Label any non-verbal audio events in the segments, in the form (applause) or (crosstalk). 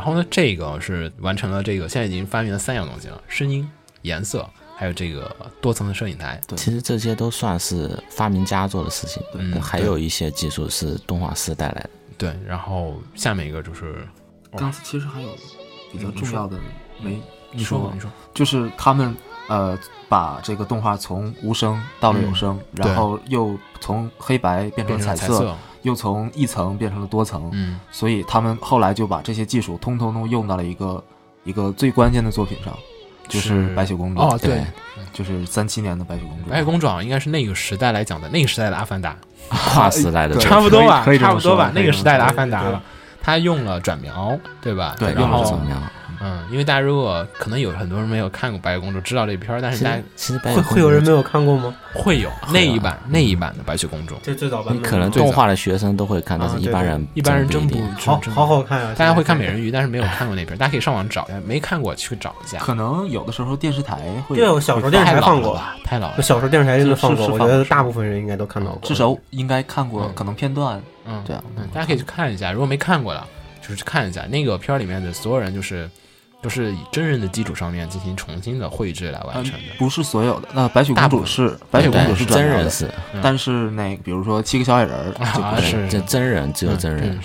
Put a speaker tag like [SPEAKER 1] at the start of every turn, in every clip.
[SPEAKER 1] 后呢，这个是完成了这个，现在已经发明了三样东西了：声音、颜色，还有这个多层的摄影台。
[SPEAKER 2] 对，其实这些都算是发明家做的事情，呃
[SPEAKER 1] 嗯
[SPEAKER 2] 还有一些技术是动画师带来的。
[SPEAKER 1] 对，然后下面一个就是哦
[SPEAKER 3] 当时其实还有比较重要的没
[SPEAKER 1] 嗯你说吧
[SPEAKER 3] 过，
[SPEAKER 1] 你说，
[SPEAKER 3] 就是他们呃把这个动画从无声到了有声，
[SPEAKER 1] 嗯对
[SPEAKER 3] 然后又从黑白变成
[SPEAKER 1] 变
[SPEAKER 3] 了
[SPEAKER 1] 成了彩
[SPEAKER 3] 色，，又从一层变成了多层，
[SPEAKER 1] 嗯，
[SPEAKER 3] 所以他们后来就把这些技术通通都用到了一个一个最关键的作品上，就是
[SPEAKER 1] 是
[SPEAKER 3] 白雪公主。
[SPEAKER 1] 哦，
[SPEAKER 2] 对
[SPEAKER 1] 对，
[SPEAKER 3] 就是三七年的白雪公主。
[SPEAKER 1] 白雪公主好像应该是那个时代来讲的，那个时代的阿凡达，
[SPEAKER 2] 跨时代的
[SPEAKER 3] 对
[SPEAKER 2] 作
[SPEAKER 1] 差
[SPEAKER 2] 品
[SPEAKER 1] 不多吧
[SPEAKER 3] 可以，这么
[SPEAKER 1] 差不多吧，
[SPEAKER 3] 说可以
[SPEAKER 1] 那个时代的
[SPEAKER 3] 这
[SPEAKER 1] 阿
[SPEAKER 3] 么
[SPEAKER 1] 凡达
[SPEAKER 3] 对
[SPEAKER 1] 了。他用了转描，对吧？
[SPEAKER 3] 对
[SPEAKER 1] 然
[SPEAKER 2] 然后
[SPEAKER 1] 后
[SPEAKER 2] 是怎么样？
[SPEAKER 1] 嗯，因为大家如果可能有很多人没有看过《白雪公主》，知道这片儿，但
[SPEAKER 2] 其
[SPEAKER 1] 是大
[SPEAKER 2] 实
[SPEAKER 1] 家
[SPEAKER 2] 其实白雪
[SPEAKER 4] 会
[SPEAKER 2] 公
[SPEAKER 4] 会有
[SPEAKER 2] 主
[SPEAKER 4] 人没有看过吗？
[SPEAKER 1] 会有
[SPEAKER 2] 会
[SPEAKER 1] 那
[SPEAKER 2] 啊
[SPEAKER 1] 一版那一版的《白雪公主》，
[SPEAKER 4] 就最早版
[SPEAKER 2] 你
[SPEAKER 4] 本吗，
[SPEAKER 2] 可能
[SPEAKER 1] 最
[SPEAKER 2] 动
[SPEAKER 1] 早
[SPEAKER 2] 画的学生都会看，但
[SPEAKER 4] 啊
[SPEAKER 2] 是一
[SPEAKER 4] 对
[SPEAKER 2] 般
[SPEAKER 4] 对
[SPEAKER 2] 人
[SPEAKER 1] 一般人真
[SPEAKER 2] 不
[SPEAKER 1] 不
[SPEAKER 2] 一定
[SPEAKER 4] 好
[SPEAKER 1] 真
[SPEAKER 4] 好好看啊！
[SPEAKER 1] 大家会看
[SPEAKER 4] 现
[SPEAKER 1] 美
[SPEAKER 4] 在
[SPEAKER 1] 人鱼，但是没有看过那片儿，大家可以上网找一下，没看过去找一下。
[SPEAKER 3] 可能有的时候电视台会，
[SPEAKER 4] 对我小时候电视
[SPEAKER 1] 太
[SPEAKER 4] 台
[SPEAKER 1] 老
[SPEAKER 4] 放
[SPEAKER 1] 了
[SPEAKER 4] 过
[SPEAKER 1] 吧，太老
[SPEAKER 4] 我
[SPEAKER 1] 了，
[SPEAKER 4] 小时候电视台真的放过，
[SPEAKER 3] 是是
[SPEAKER 4] 我
[SPEAKER 3] 放
[SPEAKER 4] 觉
[SPEAKER 3] 过
[SPEAKER 4] 得
[SPEAKER 3] 是
[SPEAKER 4] 大部分人应该都看到过。
[SPEAKER 3] 至少应该看过，
[SPEAKER 1] 嗯
[SPEAKER 3] 可能片段。
[SPEAKER 1] 嗯，
[SPEAKER 3] 对啊，
[SPEAKER 1] 嗯，大家可以去看一下，如果没看过的，就是去看一下那个片儿里面的所有人，就是就是以真人的基础上面进行重新的绘制来完成
[SPEAKER 2] 嗯
[SPEAKER 1] 的。
[SPEAKER 3] 不是所有的。那白雪公
[SPEAKER 1] 大部
[SPEAKER 3] 主
[SPEAKER 1] 分
[SPEAKER 3] 是白雪
[SPEAKER 2] 对
[SPEAKER 3] 公主是转
[SPEAKER 2] 真
[SPEAKER 3] 描
[SPEAKER 2] 人
[SPEAKER 3] 的，
[SPEAKER 2] 是，
[SPEAKER 1] 嗯
[SPEAKER 3] 但是那比如说七个小矮人儿就
[SPEAKER 1] 啊
[SPEAKER 3] 不是。
[SPEAKER 1] 是
[SPEAKER 2] 对，这真人只有
[SPEAKER 1] 嗯
[SPEAKER 2] 真人
[SPEAKER 1] 嗯，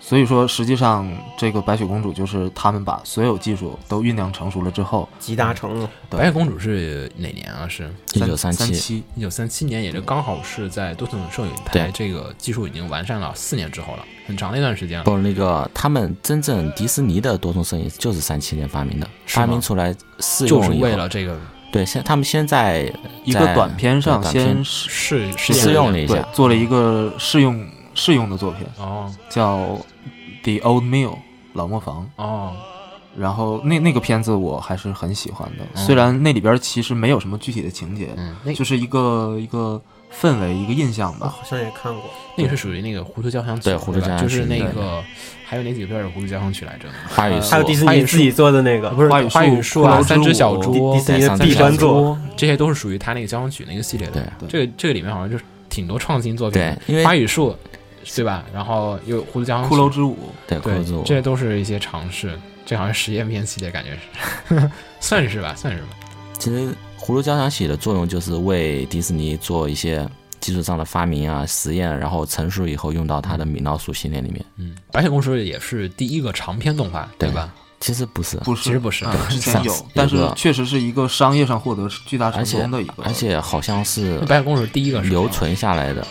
[SPEAKER 3] 所以说，实际上这个白雪公主就是他们把所有技术都酝酿成熟了之后，
[SPEAKER 4] 集大成了，
[SPEAKER 3] 对
[SPEAKER 1] 白雪公主是哪年啊？是
[SPEAKER 2] 一九
[SPEAKER 3] 三
[SPEAKER 2] 七，
[SPEAKER 3] 七，
[SPEAKER 1] 一九三七年，也就刚好是在多层摄影台
[SPEAKER 2] 对
[SPEAKER 1] 这个技术已经完善了四年之后了，很长的一段时间了。
[SPEAKER 2] 不，那个他们真正迪士尼的多重摄影就是三七年发明的，
[SPEAKER 1] 是吗
[SPEAKER 2] 发明出来试
[SPEAKER 1] 就
[SPEAKER 2] 用
[SPEAKER 1] 是
[SPEAKER 2] 以
[SPEAKER 1] 为
[SPEAKER 2] 后，
[SPEAKER 1] 了这个
[SPEAKER 2] 对，先他们先在
[SPEAKER 3] 一个
[SPEAKER 2] 在
[SPEAKER 3] 短片上
[SPEAKER 2] 对短片
[SPEAKER 3] 先试
[SPEAKER 1] 试
[SPEAKER 2] 试
[SPEAKER 1] 验
[SPEAKER 2] 试用了
[SPEAKER 1] 的
[SPEAKER 2] 一
[SPEAKER 3] 对
[SPEAKER 2] 下，
[SPEAKER 3] 做了一个试用试用的作品，
[SPEAKER 1] 哦
[SPEAKER 3] 叫《The Old Mill》老磨坊。
[SPEAKER 1] 哦，
[SPEAKER 3] 然后那那个片子我还是很喜欢的，
[SPEAKER 1] 嗯
[SPEAKER 3] 虽然那里边其实没有什么具体的情节，
[SPEAKER 1] 嗯，那
[SPEAKER 3] 就是一个一个氛围一个印象
[SPEAKER 4] 我
[SPEAKER 3] 吧。
[SPEAKER 4] 啊好像也看过。
[SPEAKER 1] 那个是属于那个《糊涂交响曲》
[SPEAKER 2] 对糊涂
[SPEAKER 1] 吧
[SPEAKER 2] 交响
[SPEAKER 1] 就是
[SPEAKER 2] 曲
[SPEAKER 1] 那
[SPEAKER 2] 对
[SPEAKER 1] 个还有哪几个片儿是《糊涂交响曲》来着？
[SPEAKER 2] 花语
[SPEAKER 3] 呃
[SPEAKER 2] 树
[SPEAKER 4] 还有迪士
[SPEAKER 1] 花
[SPEAKER 4] 尼
[SPEAKER 1] 语
[SPEAKER 4] 自己做的那个，
[SPEAKER 1] 啊不是
[SPEAKER 3] 花语
[SPEAKER 1] 花语树
[SPEAKER 3] 树
[SPEAKER 1] 啊，
[SPEAKER 3] 骷髅之
[SPEAKER 1] 三只
[SPEAKER 3] 舞
[SPEAKER 1] 小猪
[SPEAKER 4] 迪迪士尼的
[SPEAKER 1] 三只
[SPEAKER 4] 闭
[SPEAKER 1] 小
[SPEAKER 4] 关
[SPEAKER 1] 猪
[SPEAKER 4] 作，
[SPEAKER 1] 这些都是属于他那个交响曲那个系列的。
[SPEAKER 2] 对
[SPEAKER 1] 这个这个里面好像就是挺多创新作品
[SPEAKER 2] 对
[SPEAKER 1] 的，，
[SPEAKER 2] 因为
[SPEAKER 1] 花语树对吧？然后又糊涂交
[SPEAKER 2] 哦
[SPEAKER 1] 响曲
[SPEAKER 3] 骷髅之舞，
[SPEAKER 2] 对骷髅之
[SPEAKER 1] 对，
[SPEAKER 2] 舞
[SPEAKER 1] 这些都是一些尝试，这好像实验片系列感觉是，算是吧，算是吧。
[SPEAKER 2] 其实《葫芦交响曲》的作用就是为迪士尼做一些技术上的发明啊、实验，然后成熟以后用到它的米老鼠系列里面。
[SPEAKER 1] 嗯，白雪公主也是第一个长篇动画，
[SPEAKER 2] 对
[SPEAKER 1] 吧？
[SPEAKER 2] 其实不是，
[SPEAKER 3] 不
[SPEAKER 1] 其实
[SPEAKER 3] 是，
[SPEAKER 1] 不是，
[SPEAKER 3] 嗯之前
[SPEAKER 2] 上
[SPEAKER 3] 有
[SPEAKER 2] 次，
[SPEAKER 3] 但
[SPEAKER 2] 有
[SPEAKER 3] 是
[SPEAKER 2] 个
[SPEAKER 3] 确实是一个商业上获得巨大成
[SPEAKER 2] 而且
[SPEAKER 3] 功的一个，
[SPEAKER 2] 而且好像是
[SPEAKER 1] 白雪公主第一个是
[SPEAKER 2] 留存下来的，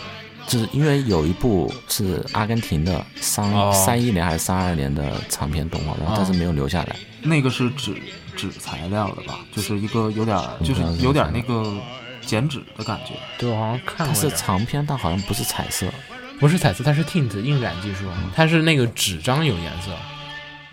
[SPEAKER 2] 就是因为有一部是阿根廷的三
[SPEAKER 1] 哦
[SPEAKER 2] 三一年还是三二年的长篇动画，然后但是没有留下来。
[SPEAKER 3] 那个是纸纸材料的吧，就是一个有点儿
[SPEAKER 2] 嗯
[SPEAKER 3] 就是
[SPEAKER 2] 不知道怎么
[SPEAKER 3] 有点儿那
[SPEAKER 2] 看
[SPEAKER 3] 个剪纸的感觉，
[SPEAKER 1] 对，我好像看过
[SPEAKER 2] 它是
[SPEAKER 1] 这个
[SPEAKER 2] 长篇，但好像不是彩色。
[SPEAKER 1] 不是彩色，它是 tint 印染技术，它是那个纸张有颜色。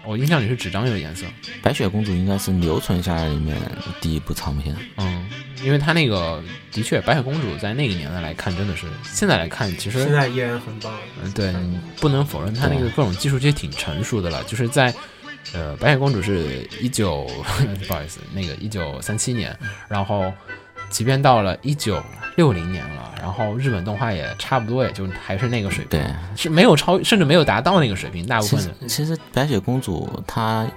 [SPEAKER 1] 我印象里是纸张有颜色，
[SPEAKER 2] 白雪公主应该是留存下来里面第一部长篇，
[SPEAKER 1] 嗯，因为它那个的确，白雪公主在那个年代来看，真的是现在来看，其实
[SPEAKER 4] 现在依然很棒。
[SPEAKER 1] 嗯，对，你不能否认它那个各种技术其实挺成熟的了，就是在。呃，白雪公主是一九， (laughs) 不好意思，那个一九三七年，然后，即便到了一九六零年了，然后日本动画也差不多，也就还是那个水平，
[SPEAKER 2] 对，
[SPEAKER 1] 是没有超，甚至没有达到那个水平，大部
[SPEAKER 2] 其
[SPEAKER 1] 分
[SPEAKER 2] 实
[SPEAKER 1] 的，
[SPEAKER 2] 嗯其实白雪公主她，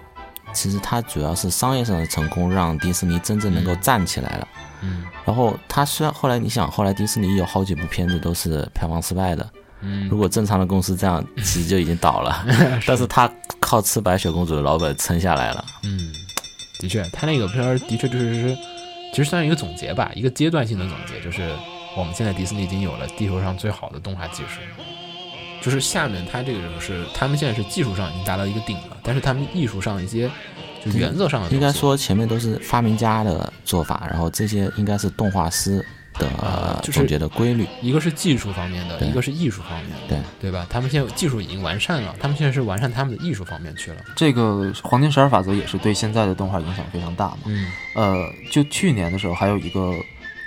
[SPEAKER 2] 其实她主要是商业上的成功，让迪士尼真正能够
[SPEAKER 1] 嗯
[SPEAKER 2] 站起来了。
[SPEAKER 1] 嗯
[SPEAKER 2] 然后她虽然后来你想，后来迪士尼有好几部片子都是票房失败的，
[SPEAKER 1] 嗯
[SPEAKER 2] 如，果正常的公司
[SPEAKER 1] (laughs)
[SPEAKER 2] 这样，其实就已经倒了。 (laughs) 但是她靠吃白雪公主的老本撑下来了。
[SPEAKER 1] 嗯，的确，他那个片儿的确就是，其实算一个总结吧，一个阶段性的总结，就是我们现在迪士尼已经有了地球上最好的动画技术，就是下面他这个就是他们现在是技术上已经达到一个顶了，但是他们艺术上的一些就原则上的东西
[SPEAKER 2] 应该说前面都是发明家的做法，然后这些应该是动画师的、
[SPEAKER 1] 啊就是
[SPEAKER 2] 总结的规律。
[SPEAKER 1] 一个是技术方面的，
[SPEAKER 2] 对
[SPEAKER 1] 一个是艺术方面的，
[SPEAKER 2] 对
[SPEAKER 1] 对吧？他们现在技术已经完善了，他们现在是完善他们的艺术方面去了，
[SPEAKER 3] 这个黄金十二法则也是对现在的动画影响非常大嘛。
[SPEAKER 1] 嗯
[SPEAKER 3] 呃，就去年的时候，还有一个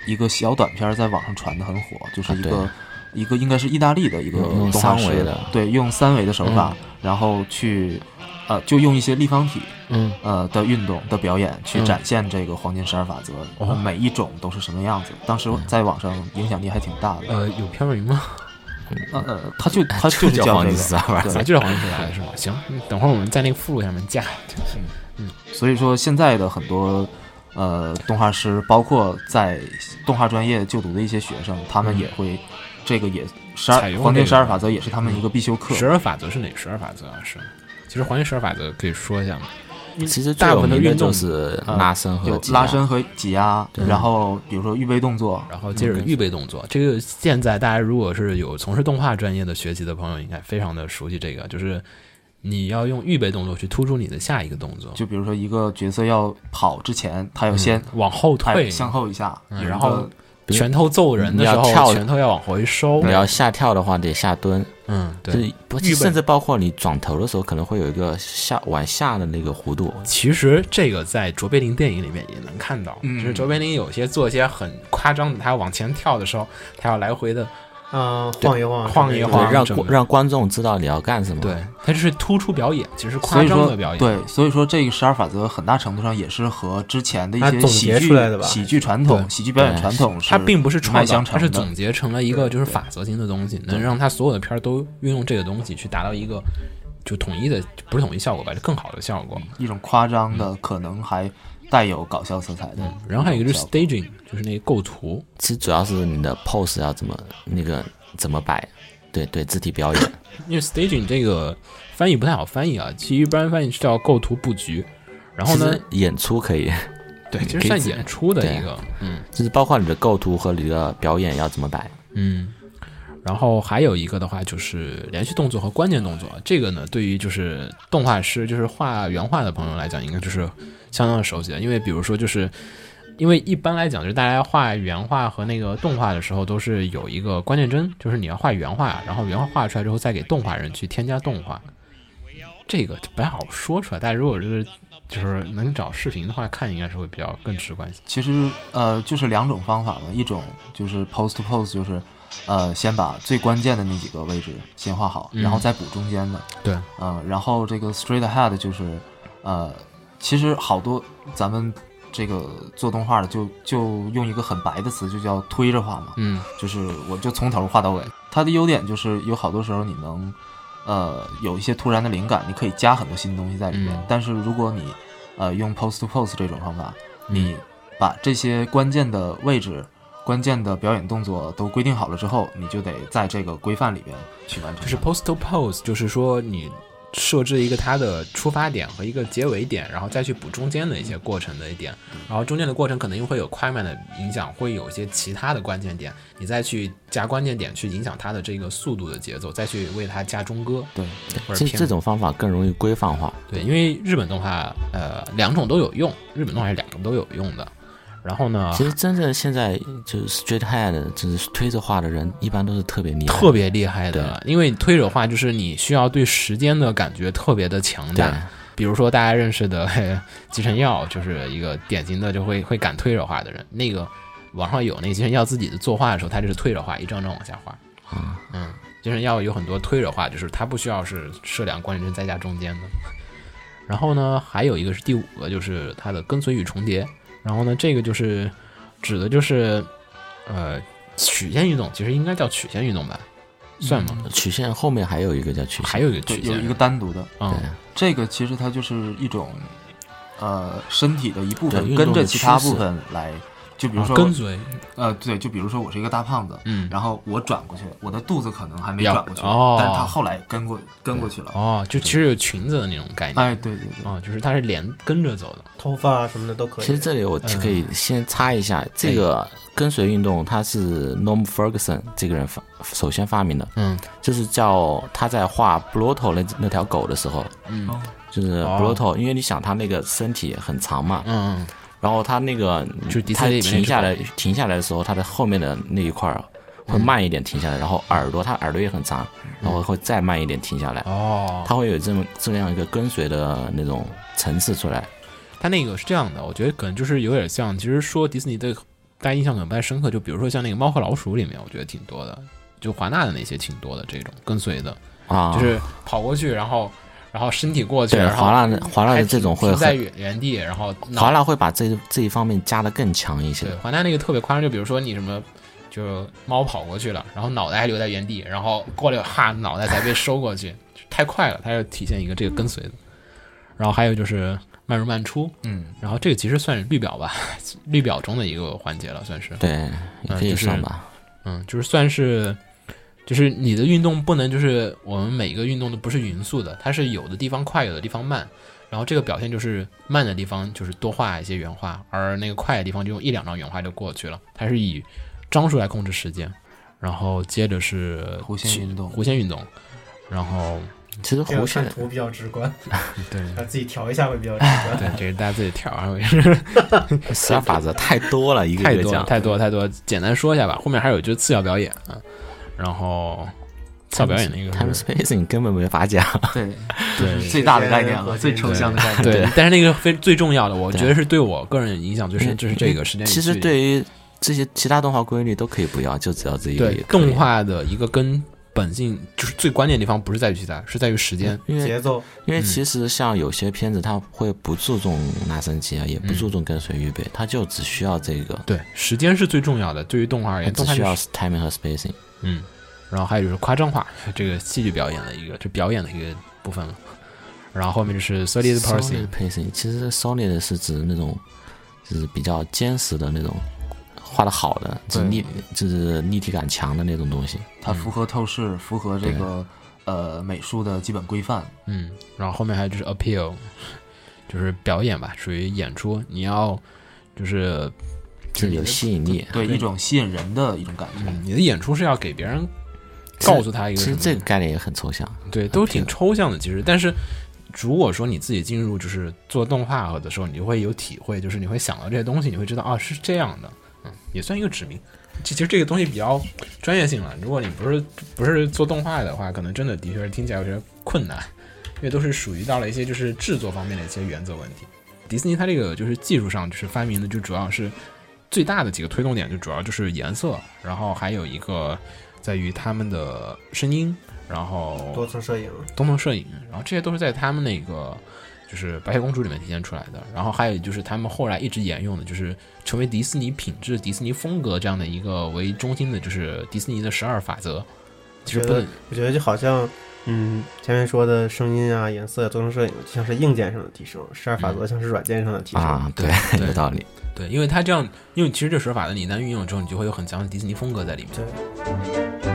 [SPEAKER 3] 一个小短片儿在网上传的很火，就是
[SPEAKER 2] 啊
[SPEAKER 3] 一
[SPEAKER 2] 对
[SPEAKER 3] 个、一个应该是意大利的一个
[SPEAKER 2] 用用
[SPEAKER 3] 动画
[SPEAKER 2] 三维
[SPEAKER 3] 师
[SPEAKER 2] 的
[SPEAKER 3] 对，用三维的手法，然后去呃，就用一些立方体
[SPEAKER 1] 嗯，
[SPEAKER 3] 呃的运动的表演去
[SPEAKER 1] 嗯
[SPEAKER 3] 展现这个黄金十二法则，
[SPEAKER 1] 哦嗯
[SPEAKER 3] 每一种都是什么样子。当时在网上影响力还挺大的。
[SPEAKER 1] 呃，有片名吗？
[SPEAKER 3] 呃，呃他
[SPEAKER 1] 哎
[SPEAKER 3] 就他就是
[SPEAKER 2] 叫
[SPEAKER 3] 叫
[SPEAKER 2] 黄
[SPEAKER 3] 这
[SPEAKER 2] 金
[SPEAKER 3] 个，
[SPEAKER 2] 四二八
[SPEAKER 3] 对
[SPEAKER 1] 啊，就是黄金时代是吗？行，等会儿我们在那个附录下面加。
[SPEAKER 3] 所以说现在的很多呃动画师，包括在动画专业就读的一些学生，他们也会、这个也十
[SPEAKER 1] 嗯采
[SPEAKER 3] 二
[SPEAKER 1] 用
[SPEAKER 3] 黄
[SPEAKER 1] 这个嗯
[SPEAKER 3] 金十二法则也是他们一个必修课。
[SPEAKER 1] 十二法则是哪十二法则啊？是，其实黄金十二法则可以说一下吗？
[SPEAKER 2] 其实最
[SPEAKER 1] 大部
[SPEAKER 2] 有
[SPEAKER 1] 分的
[SPEAKER 2] 名的
[SPEAKER 1] 运动啊
[SPEAKER 2] 就，是
[SPEAKER 3] 呃
[SPEAKER 2] 拉伸和
[SPEAKER 3] 有
[SPEAKER 2] 挤
[SPEAKER 3] 拉
[SPEAKER 2] 压
[SPEAKER 3] 伸和挤压，
[SPEAKER 2] 对
[SPEAKER 3] 然后比如说预备动作，
[SPEAKER 1] 然后接
[SPEAKER 3] 嗯
[SPEAKER 1] 着预备动作。这个现在大家如果是有从事动画专业的学习的朋友，应该非常的熟悉这个，就是你要用预备动作去突出你的下一个动作，
[SPEAKER 3] 就比如说一个角色要跑之前，他要先
[SPEAKER 1] 往后
[SPEAKER 3] 哎
[SPEAKER 1] 嗯退，
[SPEAKER 3] 向后一下，
[SPEAKER 1] 嗯
[SPEAKER 3] 有一
[SPEAKER 1] 然后
[SPEAKER 3] 个
[SPEAKER 2] 比如
[SPEAKER 1] 拳头揍人的
[SPEAKER 2] 你
[SPEAKER 1] 时
[SPEAKER 2] 要
[SPEAKER 1] 候，
[SPEAKER 2] 跳
[SPEAKER 1] 拳头要往回收
[SPEAKER 2] 你。要下跳的话得下蹲，
[SPEAKER 1] 嗯，
[SPEAKER 2] 就
[SPEAKER 1] 哦对。
[SPEAKER 2] 是不
[SPEAKER 1] 预备
[SPEAKER 2] 甚至包括你转头的时候可能会有一个下往下的那个弧度，
[SPEAKER 1] 其实这个在卓别林电影里面也能看到，
[SPEAKER 3] 嗯
[SPEAKER 1] 就是卓别林有些做一些很夸张的，他往前跳的时候，他要来回的，
[SPEAKER 4] 嗯，晃一晃，
[SPEAKER 1] 晃一
[SPEAKER 2] 对
[SPEAKER 1] 晃
[SPEAKER 2] 让
[SPEAKER 1] 这
[SPEAKER 2] 观
[SPEAKER 1] 么
[SPEAKER 2] 让观众知道你要干什么。
[SPEAKER 1] 对，他就是突出表演，其实是
[SPEAKER 3] 嗯所
[SPEAKER 1] 夸
[SPEAKER 3] 以
[SPEAKER 1] 张
[SPEAKER 3] 说
[SPEAKER 1] 的表演。
[SPEAKER 3] 对，所以说这个十二法则很大程度上也是和之前的一
[SPEAKER 4] 它
[SPEAKER 3] 些
[SPEAKER 4] 总
[SPEAKER 3] 喜
[SPEAKER 4] 结
[SPEAKER 3] 剧
[SPEAKER 4] 出来的吧
[SPEAKER 3] 喜剧传统、
[SPEAKER 1] 对
[SPEAKER 3] 喜剧表演
[SPEAKER 2] 对
[SPEAKER 3] 传统是
[SPEAKER 1] 它并不是创
[SPEAKER 3] 脉
[SPEAKER 1] 造，
[SPEAKER 3] 相
[SPEAKER 1] 它
[SPEAKER 3] 承
[SPEAKER 1] 是
[SPEAKER 3] 的。
[SPEAKER 1] 总结成了一个就是法则性的东西，能让它所有的片儿都运用这个东西去达到一个就统一的，不是统一效果吧，就更好的效果。
[SPEAKER 3] 一种夸张的，可能还带有搞笑色彩的。
[SPEAKER 1] 嗯然后还有一个就是 staging，就是那个构图，
[SPEAKER 2] 其实主要是你的 pose 要怎么那个怎么摆，对对，肢体表演。
[SPEAKER 1] 因为 staging 这个翻译不太好翻译啊，其实一般翻译是叫构图布局。 (coughs) 然后呢
[SPEAKER 2] 其实，演出可以，
[SPEAKER 1] 对，其
[SPEAKER 2] 可
[SPEAKER 1] 实
[SPEAKER 2] 以
[SPEAKER 1] 算
[SPEAKER 2] 自
[SPEAKER 1] 演出的一个，
[SPEAKER 2] 就是包括你的构图和你的表演要怎么摆。
[SPEAKER 1] 嗯。然后还有一个的话就是连续动作和关键动作，这个呢，对于就是动画师，就是画原画的朋友来讲，应该就是相当的熟悉的。因为比如说，就是因为一般来讲，就是大家画原画和那个动画的时候，都是有一个关键帧，就是你要画原画，然后原画画出来之后，再给动画人去添加动画。这个就不太好说出来，大家如果就是就是能找视频的话看，应该是会比较更直观一些。
[SPEAKER 3] 其实呃，就是两种方法嘛，一种就是 post to post，就是呃，先把最关键的那几个位置先画好，
[SPEAKER 1] 嗯
[SPEAKER 3] 然后再补中间的。
[SPEAKER 1] 对，
[SPEAKER 3] 嗯，然后这个 straight ahead 就是，呃，其实好多咱们这个做动画的就就用一个很白的词，就叫推着画嘛，
[SPEAKER 1] 嗯，
[SPEAKER 3] 就是我就从头画到尾。它的优点就是有好多时候你能，呃，有一些突然的灵感，你可以加很多新东西在里面。
[SPEAKER 1] 嗯
[SPEAKER 3] 但是如果你呃用 post to post 这种方法，你把这些关键的位置。关键的表演动作都规定好了之后，你就得在这个规范里边去完成它。
[SPEAKER 1] 就是 post to pose，就是说你设置一个它的出发点和一个结尾点，然后再去补中间的一些过程的一点，
[SPEAKER 2] 嗯
[SPEAKER 1] 然后中间的过程可能又会有快慢的影响，会有一些其他的关键点，你再去加关键点去影响它的这个速度的节奏，再去为它加中歌
[SPEAKER 3] 对，
[SPEAKER 1] 或者
[SPEAKER 2] 这这
[SPEAKER 1] 片。
[SPEAKER 2] 种方法更容易规范化。
[SPEAKER 1] 对，因为日本动画呃两种都有用，日本动画是两种都有用的。然后呢，
[SPEAKER 2] 其实真正现在就是 straight head，就是推着画的人，一般都是特别厉害。
[SPEAKER 1] 特别厉害的，因为你推手画就是你需要对时间的感觉特别的强
[SPEAKER 2] 对
[SPEAKER 1] 大。比如说大家认识的 (laughs) 嘿吉成耀，就是一个典型的就会会敢推手画的人。那个网上有那个吉成耀自己的作画的时候，他就是推手画，一张张往下画。
[SPEAKER 2] 啊，
[SPEAKER 1] 嗯，吉成耀有很多推手画，就是他不需要是设两个关键帧再加中间的。然后呢，还有一个是第五个，就是它的跟随与重叠。然后呢，这个就是指的就是呃曲线运动，其实应该叫曲线运动吧，算吗？
[SPEAKER 2] 曲线后面还有一个叫曲线，
[SPEAKER 1] 还有一个
[SPEAKER 3] 对，
[SPEAKER 1] 曲线
[SPEAKER 3] 嗯有
[SPEAKER 1] 运
[SPEAKER 3] 一
[SPEAKER 1] 动，
[SPEAKER 3] 个单独的，
[SPEAKER 1] 嗯，
[SPEAKER 3] 这个其实它就是一种，呃，身体的一部
[SPEAKER 2] 对
[SPEAKER 3] 分
[SPEAKER 2] 运动
[SPEAKER 3] 跟
[SPEAKER 2] 的
[SPEAKER 3] 着其他
[SPEAKER 2] 趋势
[SPEAKER 3] 部分来，就比如
[SPEAKER 1] 啊
[SPEAKER 3] 说，
[SPEAKER 1] 跟随，
[SPEAKER 3] 呃，对，就比如说我是一个大胖子，
[SPEAKER 1] 嗯，
[SPEAKER 3] 然后我转过去，我的肚子可能还没
[SPEAKER 1] 要
[SPEAKER 3] 转过去，
[SPEAKER 1] 哦
[SPEAKER 3] 但是他后来跟过跟过去了。
[SPEAKER 1] 哦，就其实有裙子的那种概念，
[SPEAKER 3] 哎，对对对，
[SPEAKER 1] 啊，就是它是连跟着走的，
[SPEAKER 4] 头发什么的都可以。
[SPEAKER 2] 其实这里我
[SPEAKER 1] 嗯
[SPEAKER 2] 可以先插一下，这个
[SPEAKER 1] 哎
[SPEAKER 2] 跟随运动它是 Norm Ferguson 这个人发首先发明的，
[SPEAKER 1] 嗯
[SPEAKER 2] 就是叫他在画 Blotto 那那条狗的时候，
[SPEAKER 1] 嗯
[SPEAKER 2] 就是 Blotto，、因为你想他那个身体很长嘛，
[SPEAKER 1] 嗯，
[SPEAKER 2] 然后他那个
[SPEAKER 1] 就是迪斯
[SPEAKER 2] 他
[SPEAKER 1] 尼里面那
[SPEAKER 2] 嗯停下
[SPEAKER 1] 只
[SPEAKER 2] 来停下来的时候，他的后面的那一块儿
[SPEAKER 1] 嗯
[SPEAKER 2] 会慢一点停下来，然后耳朵他耳朵也很长，然后会再慢一点停下来，
[SPEAKER 1] 哦，
[SPEAKER 2] 他会有这么这样一个跟随的那种层次出来。
[SPEAKER 1] 它那个是这样的，我觉得可能就是有点像，其实说迪士尼的大家印象可能不太深刻，就比如说像那个《猫和老鼠》里面，我觉得挺多的，就华纳的那些挺多的这种跟随的，
[SPEAKER 2] 啊，
[SPEAKER 1] 就是跑过去，然后然后身体过去，
[SPEAKER 2] 对
[SPEAKER 1] 然后
[SPEAKER 2] 华纳的华纳
[SPEAKER 1] 还
[SPEAKER 2] 的
[SPEAKER 1] 停
[SPEAKER 2] 这种会
[SPEAKER 1] 停在
[SPEAKER 2] 很
[SPEAKER 1] 原原地，然后脑
[SPEAKER 2] 华纳会把这这一方面加的更强一些
[SPEAKER 1] 对，华纳那个特别夸张，就比如说你什么就猫跑过去了，然后脑袋还留在原地，然后过了哈，脑袋才被收过去，就太快了，它要体现一个这个跟随的。然后还有就是慢入慢出，
[SPEAKER 3] 嗯，
[SPEAKER 1] 然后这个其实算是绿表吧， (laughs) 绿表中的一个环节了，算是。
[SPEAKER 2] 对，也可
[SPEAKER 1] 嗯就
[SPEAKER 2] 以
[SPEAKER 1] 是
[SPEAKER 2] 算吧。
[SPEAKER 1] 嗯，就是算是，就是你的运动不能就是我们每一个运动都不是匀速的，它是有的地方快，有的地方慢。然后这个表现就是慢的地方就是多画一些原画，而那个快的地方就用一两张原画就过去了。它是以张数来控制时间，然后接着是
[SPEAKER 3] 弧线运动
[SPEAKER 1] 弧线运动，然后
[SPEAKER 2] 其实
[SPEAKER 4] 这个
[SPEAKER 2] 弧
[SPEAKER 4] 看
[SPEAKER 2] 线
[SPEAKER 4] 图比较直观，
[SPEAKER 3] 嗯
[SPEAKER 1] 对
[SPEAKER 4] 啊，自己调一下会比较直观。
[SPEAKER 1] 对，这是大家自己调
[SPEAKER 3] (laughs)
[SPEAKER 1] 啊，
[SPEAKER 2] 十二法则太
[SPEAKER 1] (laughs)
[SPEAKER 2] 多了，一个
[SPEAKER 1] 太
[SPEAKER 2] 一个
[SPEAKER 1] 多了
[SPEAKER 2] 讲。
[SPEAKER 1] 太多了太多了，简单说一下吧。后面还有就是次要表演啊，然后次要表演的一个
[SPEAKER 2] time
[SPEAKER 1] 是
[SPEAKER 2] spacing 根本没法
[SPEAKER 1] (laughs)
[SPEAKER 2] 讲，
[SPEAKER 3] 对，
[SPEAKER 1] 对
[SPEAKER 3] 最大的概念了，
[SPEAKER 4] 对
[SPEAKER 3] 最抽象的
[SPEAKER 2] (laughs)
[SPEAKER 3] 概念。
[SPEAKER 1] 对
[SPEAKER 2] 对，
[SPEAKER 1] 但是那个非最重要的，我
[SPEAKER 2] 对嗯
[SPEAKER 1] 觉得是对我个人影响最深，就是这个时间与距离。
[SPEAKER 2] 其实对于这些其他动画规律都可以不要，就只要这一个
[SPEAKER 1] 对
[SPEAKER 2] 也可以
[SPEAKER 1] 动，画的一个根本性，就是最关键的地方不是在于其他，是在于时间。
[SPEAKER 2] 因为
[SPEAKER 4] 节奏
[SPEAKER 2] 因
[SPEAKER 1] 嗯
[SPEAKER 2] 为其实像有些片子，它会不注重拉伸肌啊，也
[SPEAKER 1] 嗯
[SPEAKER 2] 不注重跟随预备，它就只需要这个，
[SPEAKER 1] 对，时间是最重要的。对于动画而
[SPEAKER 2] 它
[SPEAKER 1] 言，
[SPEAKER 2] 只
[SPEAKER 1] 动画
[SPEAKER 2] 需
[SPEAKER 1] 就
[SPEAKER 2] 要
[SPEAKER 1] 是
[SPEAKER 2] timing 和 spacing。
[SPEAKER 1] 嗯，然后还有就是夸张化，这个戏剧表演的一个，这表演的一个部分了。然后后面就是 solid person，
[SPEAKER 2] solid pacing，其实 solid 是指那种就是比较坚实的那种，画的好的，就是立就是立体感强的那种东西。
[SPEAKER 3] 它符合透视，符合这个呃美术的基本规范。
[SPEAKER 1] 嗯，然后后面还有就是 appeal，就是表演吧，属于演出，你要就是
[SPEAKER 2] 就是有吸引力。
[SPEAKER 3] 对一种吸引人的一种感觉，
[SPEAKER 1] 嗯，你的演出是要给别人
[SPEAKER 2] 其实
[SPEAKER 1] 告诉他一个
[SPEAKER 2] 其
[SPEAKER 1] 什
[SPEAKER 2] 实
[SPEAKER 1] 么
[SPEAKER 2] 这个概念也很抽象，
[SPEAKER 1] 对，都
[SPEAKER 2] 偏
[SPEAKER 1] 挺抽象的其实。但是如果说你自己进入就是做动画的时候，你就会有体会，就是你会想到这些东西，你会知道啊是这样的，嗯，也算一个指明。其其实这个东西比较专业性了，如果你不是不是做动画的话，可能真的的确是听起来有些困难，因为都是属于到了一些就是制作方面的一些原则问题。迪士尼它这个就是技术上就是发明的，就主要是最大的几个推动点，就主要就是颜色，然后还有一个在于他们的声音，然后
[SPEAKER 4] 多层摄影，啊
[SPEAKER 1] 东动摄影，然后这些都是在他们那个就是白雪公主里面体现出来的。然后还有就是他们后来一直沿用的，就是成为迪士尼品质、迪士尼风格这样的一个为中心的，就是迪士尼的十二法则。其实不能，
[SPEAKER 4] 我觉得就好像，嗯，前面说的声音啊、颜色、多层摄影，就像是硬件上的提升；十二法则像是软件上的提升。
[SPEAKER 2] 啊，对，
[SPEAKER 1] 对
[SPEAKER 2] 有道理。
[SPEAKER 1] 对，因为它这样，因为其实这十二法则你一旦运用之后，你就会有很强的迪士尼风格在里面。
[SPEAKER 4] 对，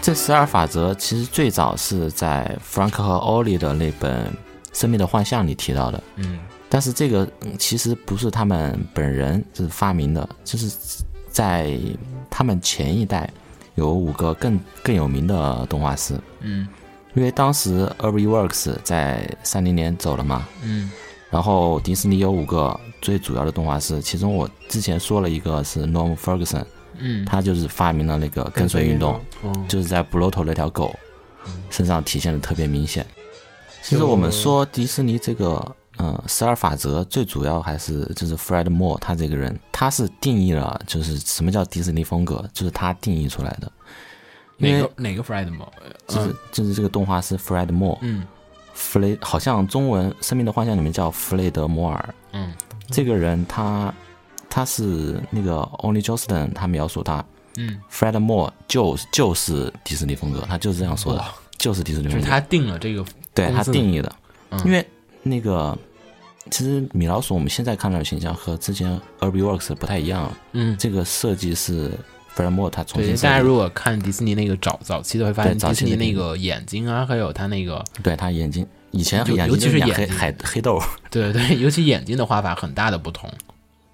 [SPEAKER 2] 这十二法则其实最早是在弗兰克和欧利的那本《生命的幻象》里提到的，
[SPEAKER 1] 嗯，
[SPEAKER 2] 但是这个嗯其实不是他们本人就是发明的，就是在他们前一代有五个更更有名的动画师，
[SPEAKER 1] 嗯
[SPEAKER 2] 因为当时 Every Works 在三零年走了嘛，
[SPEAKER 1] 嗯
[SPEAKER 2] 然后迪士尼有五个最主要的动画师，其中我之前说了一个是 Norm Ferguson，
[SPEAKER 1] 嗯，
[SPEAKER 2] 他就是发明了那个跟随运动，
[SPEAKER 1] 哦
[SPEAKER 2] 就是在 Bluto 那条狗身上体现的特别明显。嗯其实
[SPEAKER 4] 就
[SPEAKER 2] 我们说迪士尼这个，呃，十二法则最主要还是就是 Fred Moore 他这个人，他是定义了就是什么叫迪士尼风格，就是他定义出来的。因
[SPEAKER 1] 哪
[SPEAKER 2] 为
[SPEAKER 1] 个哪个 Fred 吗？
[SPEAKER 2] 就是就是这个动画师 Fred Moore，
[SPEAKER 1] 嗯
[SPEAKER 2] 弗雷好像中文《生命的幻象》里面叫弗雷德摩尔，
[SPEAKER 1] 嗯
[SPEAKER 2] 这个人他他是那个 Only Johnston，他描述他
[SPEAKER 1] 嗯，
[SPEAKER 2] Fred Moore 就就是迪士尼风格，他就是这样说的，
[SPEAKER 1] 哇
[SPEAKER 2] 就是迪士尼
[SPEAKER 1] 就
[SPEAKER 2] 风
[SPEAKER 1] 是
[SPEAKER 2] 格，
[SPEAKER 1] 他定了这个，
[SPEAKER 2] 对他
[SPEAKER 1] 公司
[SPEAKER 2] 定义的。
[SPEAKER 1] 嗯
[SPEAKER 2] 因为那个其实米老鼠我们现在看到的形象和之前 Urban Works 不太一样了，
[SPEAKER 1] 嗯，
[SPEAKER 2] 这个设计是 Fred Moore 他重
[SPEAKER 1] 对，
[SPEAKER 2] 新
[SPEAKER 1] 大家
[SPEAKER 2] 设计
[SPEAKER 1] 如
[SPEAKER 2] 的，
[SPEAKER 1] 果看迪士尼那个早早期的，会发现
[SPEAKER 2] 对
[SPEAKER 1] 迪士
[SPEAKER 2] 早期
[SPEAKER 1] 尼
[SPEAKER 2] 的
[SPEAKER 1] 那
[SPEAKER 2] 那
[SPEAKER 1] 个眼睛啊，还有它那个，
[SPEAKER 2] 对他眼睛以前
[SPEAKER 1] 尤
[SPEAKER 2] 眼
[SPEAKER 1] 尤
[SPEAKER 2] 睛
[SPEAKER 1] 其
[SPEAKER 2] 就是演
[SPEAKER 1] 眼
[SPEAKER 2] 黑
[SPEAKER 1] 睛
[SPEAKER 2] 海黑豆儿。
[SPEAKER 1] 对 (laughs) 对，尤其眼睛的画法很大的不同。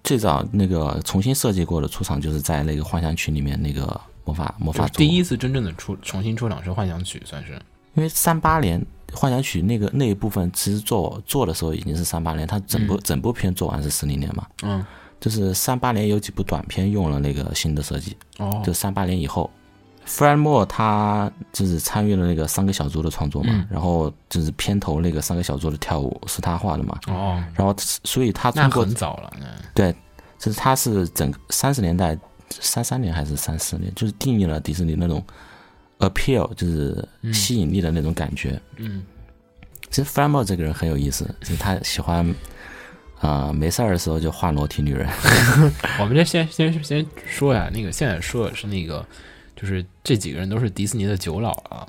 [SPEAKER 2] 最早那个重新设计过的出场，就是在那个幻想曲里面那个魔法魔
[SPEAKER 1] 就
[SPEAKER 2] 法
[SPEAKER 1] 是
[SPEAKER 2] 族。
[SPEAKER 1] 第一，次真正的出重新出场是《幻想曲》，算是
[SPEAKER 2] 因为三八年幻想曲那个那一部分，其实做做的时候已经是三八年，它整部、整部片做完是四零年嘛。
[SPEAKER 1] 嗯，
[SPEAKER 2] 就是三八年有几部短片用了那个新的设计，
[SPEAKER 1] 哦
[SPEAKER 2] 就三八年以后。弗兰莫他就是参与了那个三个小猪的创作嘛，
[SPEAKER 1] 嗯
[SPEAKER 2] 然后就是片头那个三个小猪的跳舞是他画的嘛，
[SPEAKER 1] 哦，
[SPEAKER 2] 然后所以他
[SPEAKER 1] 那
[SPEAKER 2] 通过
[SPEAKER 1] 很早了，嗯
[SPEAKER 2] 就是他是整个三十年代，三三年还是三四年，就是定义了迪士尼那种 appeal，就是吸引力的那种感觉。
[SPEAKER 1] 嗯，
[SPEAKER 2] 其实 Framer 这个人很有意思，就是他喜欢啊、呃没事儿的时候就画裸体女人。 (laughs)
[SPEAKER 1] 我们这先先先说呀，那个现在说的是那个，就是这几个人都是迪士尼的九老啊，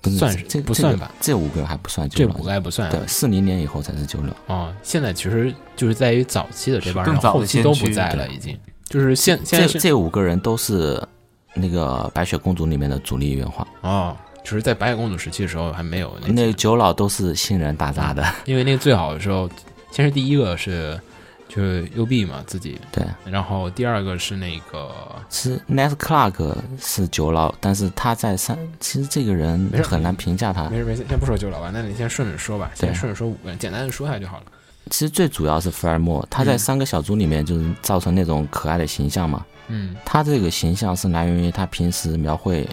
[SPEAKER 2] 不是
[SPEAKER 1] 算是
[SPEAKER 2] 这
[SPEAKER 1] 不算吧？
[SPEAKER 2] 这个这五个还不算
[SPEAKER 1] 这
[SPEAKER 2] 九
[SPEAKER 1] 五
[SPEAKER 2] 老，
[SPEAKER 1] 个还不算啊
[SPEAKER 2] 对，。四零年以后才是九老。
[SPEAKER 1] 啊现在其实就是在于早期的这帮人，
[SPEAKER 3] 更早的
[SPEAKER 1] 后期都不
[SPEAKER 3] 先驱
[SPEAKER 1] 在了，已经就是现现在
[SPEAKER 2] 这
[SPEAKER 1] 是
[SPEAKER 2] 这五个人都是那个《白雪公主》里面的主力原画，
[SPEAKER 1] 哦，就是在白雪公主时期的时候还没有那
[SPEAKER 2] 那九老都是新人打杂的。 (laughs)
[SPEAKER 1] 因为那个最好的时候，先是第一个是就是 UB 嘛自己，
[SPEAKER 2] 对，
[SPEAKER 1] 然后第二个是那个
[SPEAKER 2] 其实 Nat Clark 是九老，但是他在三，其实这个人
[SPEAKER 1] 没事
[SPEAKER 2] 很难评价他
[SPEAKER 1] 没。事没事，先不说九老吧，那你先顺着说吧，
[SPEAKER 2] 对
[SPEAKER 1] 先顺着说五个人，简单的说一下就好了。
[SPEAKER 2] 其实最主要是福尔摩，他在
[SPEAKER 1] 嗯
[SPEAKER 2] 三个小猪里面就是造成那种可爱的形象嘛。
[SPEAKER 1] 嗯，
[SPEAKER 2] 他这个形象是来源于他平时描绘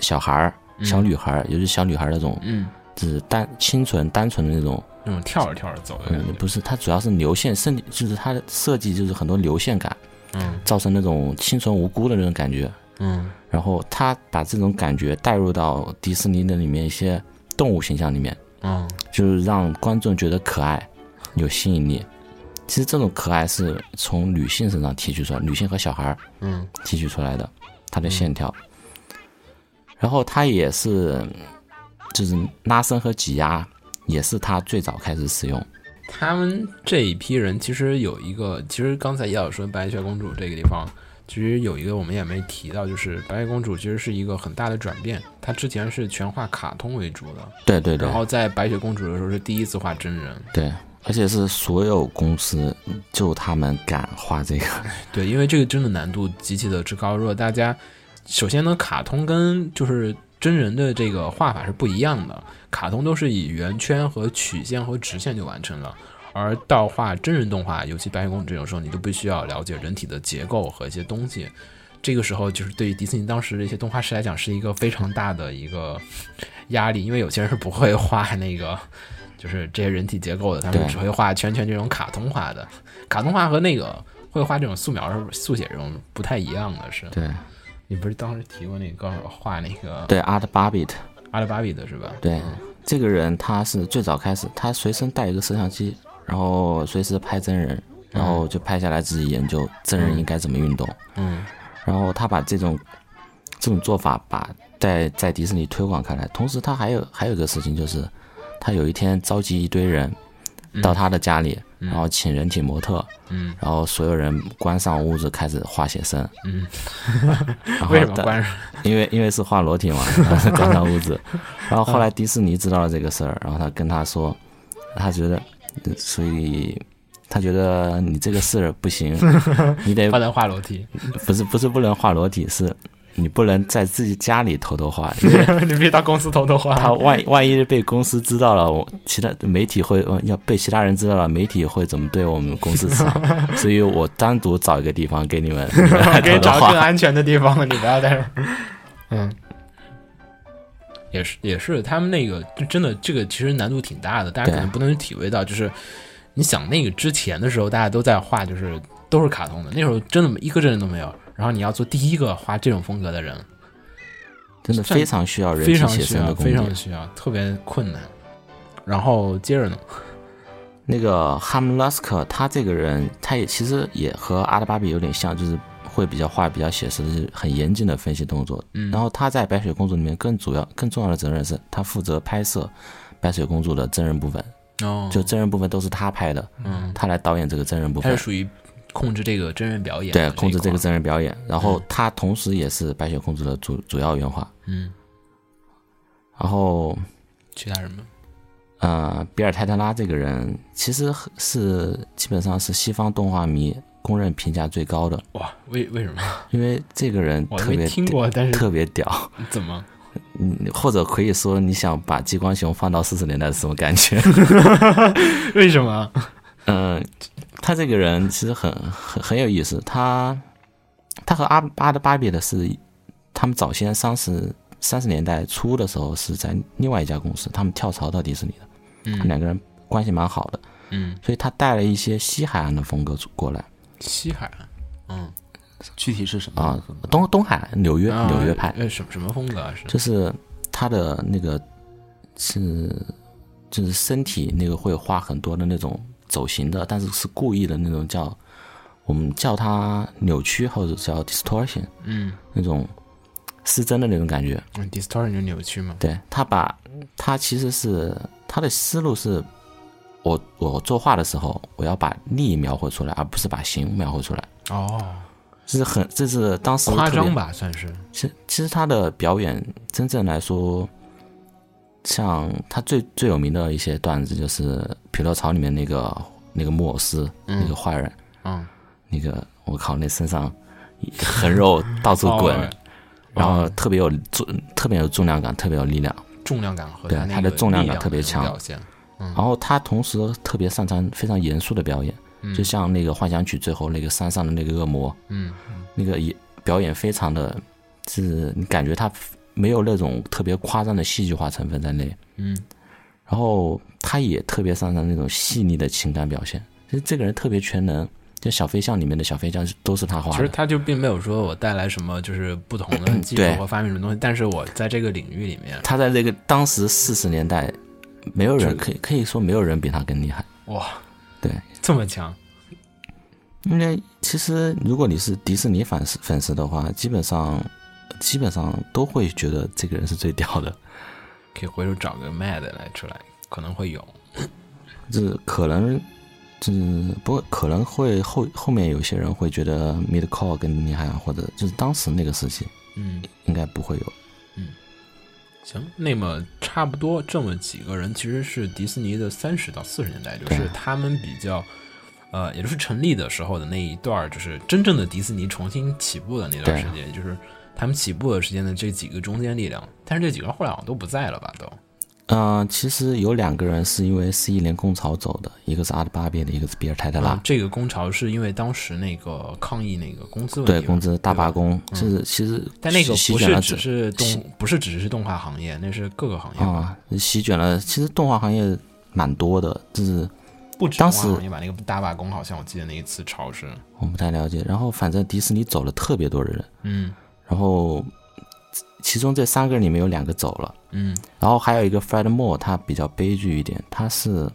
[SPEAKER 2] 小孩儿、
[SPEAKER 1] 嗯
[SPEAKER 2] 小女孩儿，尤其小女孩儿那种，
[SPEAKER 1] 嗯，
[SPEAKER 2] 就是单清纯单纯的那种
[SPEAKER 1] 那种跳着跳着走的感
[SPEAKER 2] 嗯，
[SPEAKER 1] 觉，
[SPEAKER 2] 不是，它主要是流线，甚至就是它的设计就是很多流线感，
[SPEAKER 1] 嗯
[SPEAKER 2] 造成那种清纯无辜的那种感觉。
[SPEAKER 1] 嗯
[SPEAKER 2] 然后他把这种感觉带入到迪士尼的里面一些动物形象里面，
[SPEAKER 1] 嗯
[SPEAKER 2] 就是让观众觉得可爱，有吸引力。其实这种可爱是从女性身上提取出来，女性和小孩儿
[SPEAKER 1] 嗯
[SPEAKER 2] 提取出来的，它的线条。嗯然后它也是，就是拉伸和挤压，也是他最早开始使用。
[SPEAKER 1] 他们这一批人其实有一个，其实刚才也有说白雪公主这个地方，其实有一个我们也没提到，就是白雪公主其实是一个很大的转变，她之前是全画卡通为主的，
[SPEAKER 2] 对对对。
[SPEAKER 1] 然后在白雪公主的时候是第一次画真人，
[SPEAKER 2] 对，而且是所有公司就他们敢画这个，
[SPEAKER 1] 对，因为这个真的难度极其的之高，如果大家首先呢，卡通跟就是真人的这个画法是不一样的，卡通都是以圆圈和曲线和直线就完成了。而到画真人动画，尤其白雪公主这种时候，你就必须要了解人体的结构和一些东西。这个时候，就是对于迪士尼当时的一些动画师来讲，是一个非常大的一个压力，因为有些人是不会画那个，就是这些人体结构的，他们
[SPEAKER 2] 对
[SPEAKER 1] 只会画圈圈这种卡通画的。卡通画和那个会画这种素描、速写这种不太一样的是。
[SPEAKER 2] 对
[SPEAKER 1] 你不是当时提过那个高手画那个
[SPEAKER 2] 对，Art Babbitt，
[SPEAKER 1] 阿拉巴比的是吧？
[SPEAKER 2] 对这个人他是最早开始，他随身带一个摄像机，然后随时拍真人，然后就拍下来自己研究真人应该怎么运动，
[SPEAKER 1] 嗯
[SPEAKER 2] 然后他把这种这种做法把在在迪士尼推广开来，同时他还有还有一个事情就是，他有一天召集一堆人
[SPEAKER 1] 嗯
[SPEAKER 2] 到他的家里，
[SPEAKER 1] 嗯
[SPEAKER 2] 然后请人体模特，
[SPEAKER 1] 嗯
[SPEAKER 2] 然后所有人关上屋子开始画写生，
[SPEAKER 1] 嗯，
[SPEAKER 2] 然后
[SPEAKER 1] 为什么
[SPEAKER 2] 大
[SPEAKER 1] 关上？
[SPEAKER 2] (laughs) 因为因为是画裸体嘛，然后关上屋子。然后后来迪士尼知道了这个事儿，然后他跟他说，他觉得，所以他觉得你这个事儿
[SPEAKER 1] (laughs)
[SPEAKER 2] 不行，你得
[SPEAKER 1] 不能画楼梯，
[SPEAKER 2] 不是不是不能画裸体，是你不能在自己家里偷偷画，因为
[SPEAKER 1] (laughs) 你必须到公司偷偷画。
[SPEAKER 2] 他万万一被公司知道了，我其他媒体会呃要被其他人知道了，媒体会怎么对我们公司耻笑？ (laughs) 所以我单独找一个地方给你
[SPEAKER 1] (laughs)
[SPEAKER 2] 们
[SPEAKER 1] 给你
[SPEAKER 2] (laughs) 偷偷
[SPEAKER 1] 找更
[SPEAKER 2] 画。
[SPEAKER 1] 安全的地方，你不要在这
[SPEAKER 2] (laughs)
[SPEAKER 1] 儿。嗯，也是也是，他们那个就真的这个其实难度挺大的，大家
[SPEAKER 2] 对
[SPEAKER 1] 可能不能体会到，就是你想那个之前的时候，大家都在画，就是都是卡通的，那时候真的一个真人都没有。然后你要做第一个画这种风格的人，
[SPEAKER 2] 真的
[SPEAKER 1] 算
[SPEAKER 2] 非常需要哦人
[SPEAKER 1] 非
[SPEAKER 2] 体
[SPEAKER 1] 常
[SPEAKER 2] 写
[SPEAKER 1] 需
[SPEAKER 2] 生
[SPEAKER 1] 要，
[SPEAKER 2] 的功
[SPEAKER 1] 非
[SPEAKER 2] 底。
[SPEAKER 1] 常需要，特别困难。然后接着呢，
[SPEAKER 2] 那个哈姆拉斯克，他这个人，他也其实也和阿德巴比有点像，就是会比较画、比较写实，就是很严谨的分析动作。
[SPEAKER 1] 嗯，
[SPEAKER 2] 然后他在《白雪公主》里面更主要、更重要的责任是，他负责拍摄《白雪公主》的真人部分，
[SPEAKER 1] 哦，
[SPEAKER 2] 就真人部分都是他拍的，
[SPEAKER 1] 嗯，
[SPEAKER 2] 他来导演这个真人部
[SPEAKER 1] 它
[SPEAKER 2] 分
[SPEAKER 1] 是，属于控制这个真人表演的一
[SPEAKER 2] 对，
[SPEAKER 1] 块，嗯
[SPEAKER 2] 控制这个真人表演。然后他同时也是《白雪公主》的主主要原画。
[SPEAKER 1] 嗯，
[SPEAKER 2] 然后
[SPEAKER 1] 其他人吗？
[SPEAKER 2] 呃，比尔·泰特拉这个人其实是基本上是西方动画迷公认评价最高的，
[SPEAKER 1] 哇，为为什么？
[SPEAKER 2] 因为这个人
[SPEAKER 1] 我
[SPEAKER 2] 特
[SPEAKER 1] 没
[SPEAKER 2] 别
[SPEAKER 1] 听
[SPEAKER 2] 屌
[SPEAKER 1] 过，但是
[SPEAKER 2] 特别屌，
[SPEAKER 1] 怎么？
[SPEAKER 2] 嗯，或者可以说你想把激光熊放到四十年代是什么感觉？
[SPEAKER 1] (laughs)
[SPEAKER 2] (laughs)
[SPEAKER 1] 为什么？
[SPEAKER 2] 嗯，他这个人其实很很很有意思，他他和阿阿德巴比的是，他们早先三十三十年代初的时候是在另外一家公司，他们跳槽到迪士尼的，他们
[SPEAKER 1] 嗯
[SPEAKER 2] 两个人关系蛮好的，
[SPEAKER 1] 嗯，
[SPEAKER 2] 所以他带了一些西海岸的风格过来
[SPEAKER 1] 西海岸，嗯，
[SPEAKER 3] 具体是什么
[SPEAKER 2] 啊
[SPEAKER 3] 风格，
[SPEAKER 2] 东东海岸纽约
[SPEAKER 1] 啊
[SPEAKER 2] 纽约派，
[SPEAKER 1] 呃，什么什么风格啊？是
[SPEAKER 2] 就是他的那个是就是身体那个会画很多的那种走形的，但是是故意的那种叫我们叫它扭曲或者叫 distortion
[SPEAKER 1] 嗯
[SPEAKER 2] 那种失真的那种感觉。
[SPEAKER 1] 嗯，distortion 就扭曲嘛，
[SPEAKER 2] 对他把他其实是他的思路是，我我作画的时候，我要把力描绘出来，而不是把形描绘出来。
[SPEAKER 1] 哦，
[SPEAKER 2] 这是很，这是当时
[SPEAKER 1] 夸
[SPEAKER 2] 特别
[SPEAKER 1] 张吧，算是，
[SPEAKER 2] 其实其实他的表演真正来说，像他最最有名的一些段子就是《匹诺曹》里面那个那个莫尔斯、那个坏人，
[SPEAKER 1] 嗯，
[SPEAKER 2] 那个我靠，那身上横肉到处滚，
[SPEAKER 1] 哦
[SPEAKER 2] 然后特别有重特别有重量感，特别有力量。
[SPEAKER 1] 重量感和
[SPEAKER 2] 对啊
[SPEAKER 1] 那
[SPEAKER 2] 它的
[SPEAKER 1] 个
[SPEAKER 2] 重量
[SPEAKER 1] 力
[SPEAKER 2] 感特别
[SPEAKER 1] 那种
[SPEAKER 2] 强
[SPEAKER 1] 表现，
[SPEAKER 2] 然后他同时特别擅长非常严肃的表演，就像那个《幻想曲》最后那个山上的那个恶魔，
[SPEAKER 1] 嗯
[SPEAKER 2] 那个也表演非常的，是你感觉他没有那种特别夸张的戏剧化成分在内。
[SPEAKER 1] 嗯
[SPEAKER 2] 然后他也特别擅长那种细腻的情感表现，其实这个人特别全能，就小飞象里面的小飞象都是他画
[SPEAKER 1] 其
[SPEAKER 2] 的
[SPEAKER 1] 实。他就并没有说我带来什么就是不同的技术
[SPEAKER 2] 对
[SPEAKER 1] 或发明什么东西，但是我在这个领域里面，
[SPEAKER 2] 他在这个当时四十年代，没有人可以可以说没有人比他更厉害。
[SPEAKER 1] 哇，
[SPEAKER 2] 对，
[SPEAKER 1] 这么强，
[SPEAKER 2] 因为其实如果你是迪士尼粉丝粉丝的话，基本上基本上都会觉得这个人是最屌的，
[SPEAKER 1] 可以回头找个卖的来出来，可能会有，
[SPEAKER 2] 就是可能就是不过可能会后后面有些人会觉得 Mid Core 更厉害，啊，或者就是当时那个时期
[SPEAKER 1] 嗯，
[SPEAKER 2] 应该不会有。
[SPEAKER 1] 行，那么差不多这么几个人其实是迪士尼的三十到四十年代，就
[SPEAKER 2] 对
[SPEAKER 1] 是他们比较，呃，也就是成立的时候的那一段儿，就是真正的迪士尼重新起步的那段
[SPEAKER 2] 对
[SPEAKER 1] 时间，也就是他们起步的时间的这几个中坚力量。但是这几个人后来好像都不在了吧？都，
[SPEAKER 2] 嗯、其实有两个人是因为十一年工潮走的，一个是阿德巴别的，一个是比尔泰特拉。
[SPEAKER 1] 啊这个工潮是因为当时那个抗议那个工资问题
[SPEAKER 2] 对，
[SPEAKER 1] 嘛，
[SPEAKER 2] 工资大罢
[SPEAKER 1] 对吧。
[SPEAKER 2] 工，就是其实
[SPEAKER 1] 嗯但那个
[SPEAKER 2] 席
[SPEAKER 1] 不
[SPEAKER 2] 卷
[SPEAKER 1] 是
[SPEAKER 2] 了
[SPEAKER 1] 只
[SPEAKER 2] 整
[SPEAKER 1] 是
[SPEAKER 2] 席
[SPEAKER 1] 动，不是只是动画行业，那是各个行业吧。
[SPEAKER 2] 啊，席卷了。其实动画行业蛮多的，就是
[SPEAKER 1] 不止动
[SPEAKER 2] 当
[SPEAKER 1] 画
[SPEAKER 2] 时
[SPEAKER 1] 行业吧，那个大罢工好像我记得那一次潮是，
[SPEAKER 2] 我不太了解。然后反正迪士尼走了特别多人，
[SPEAKER 1] 嗯
[SPEAKER 2] 然后其中这三个人里面有两个走了，
[SPEAKER 1] 嗯
[SPEAKER 2] 然后还有一个 Fred Moore，他比较悲剧一点，他是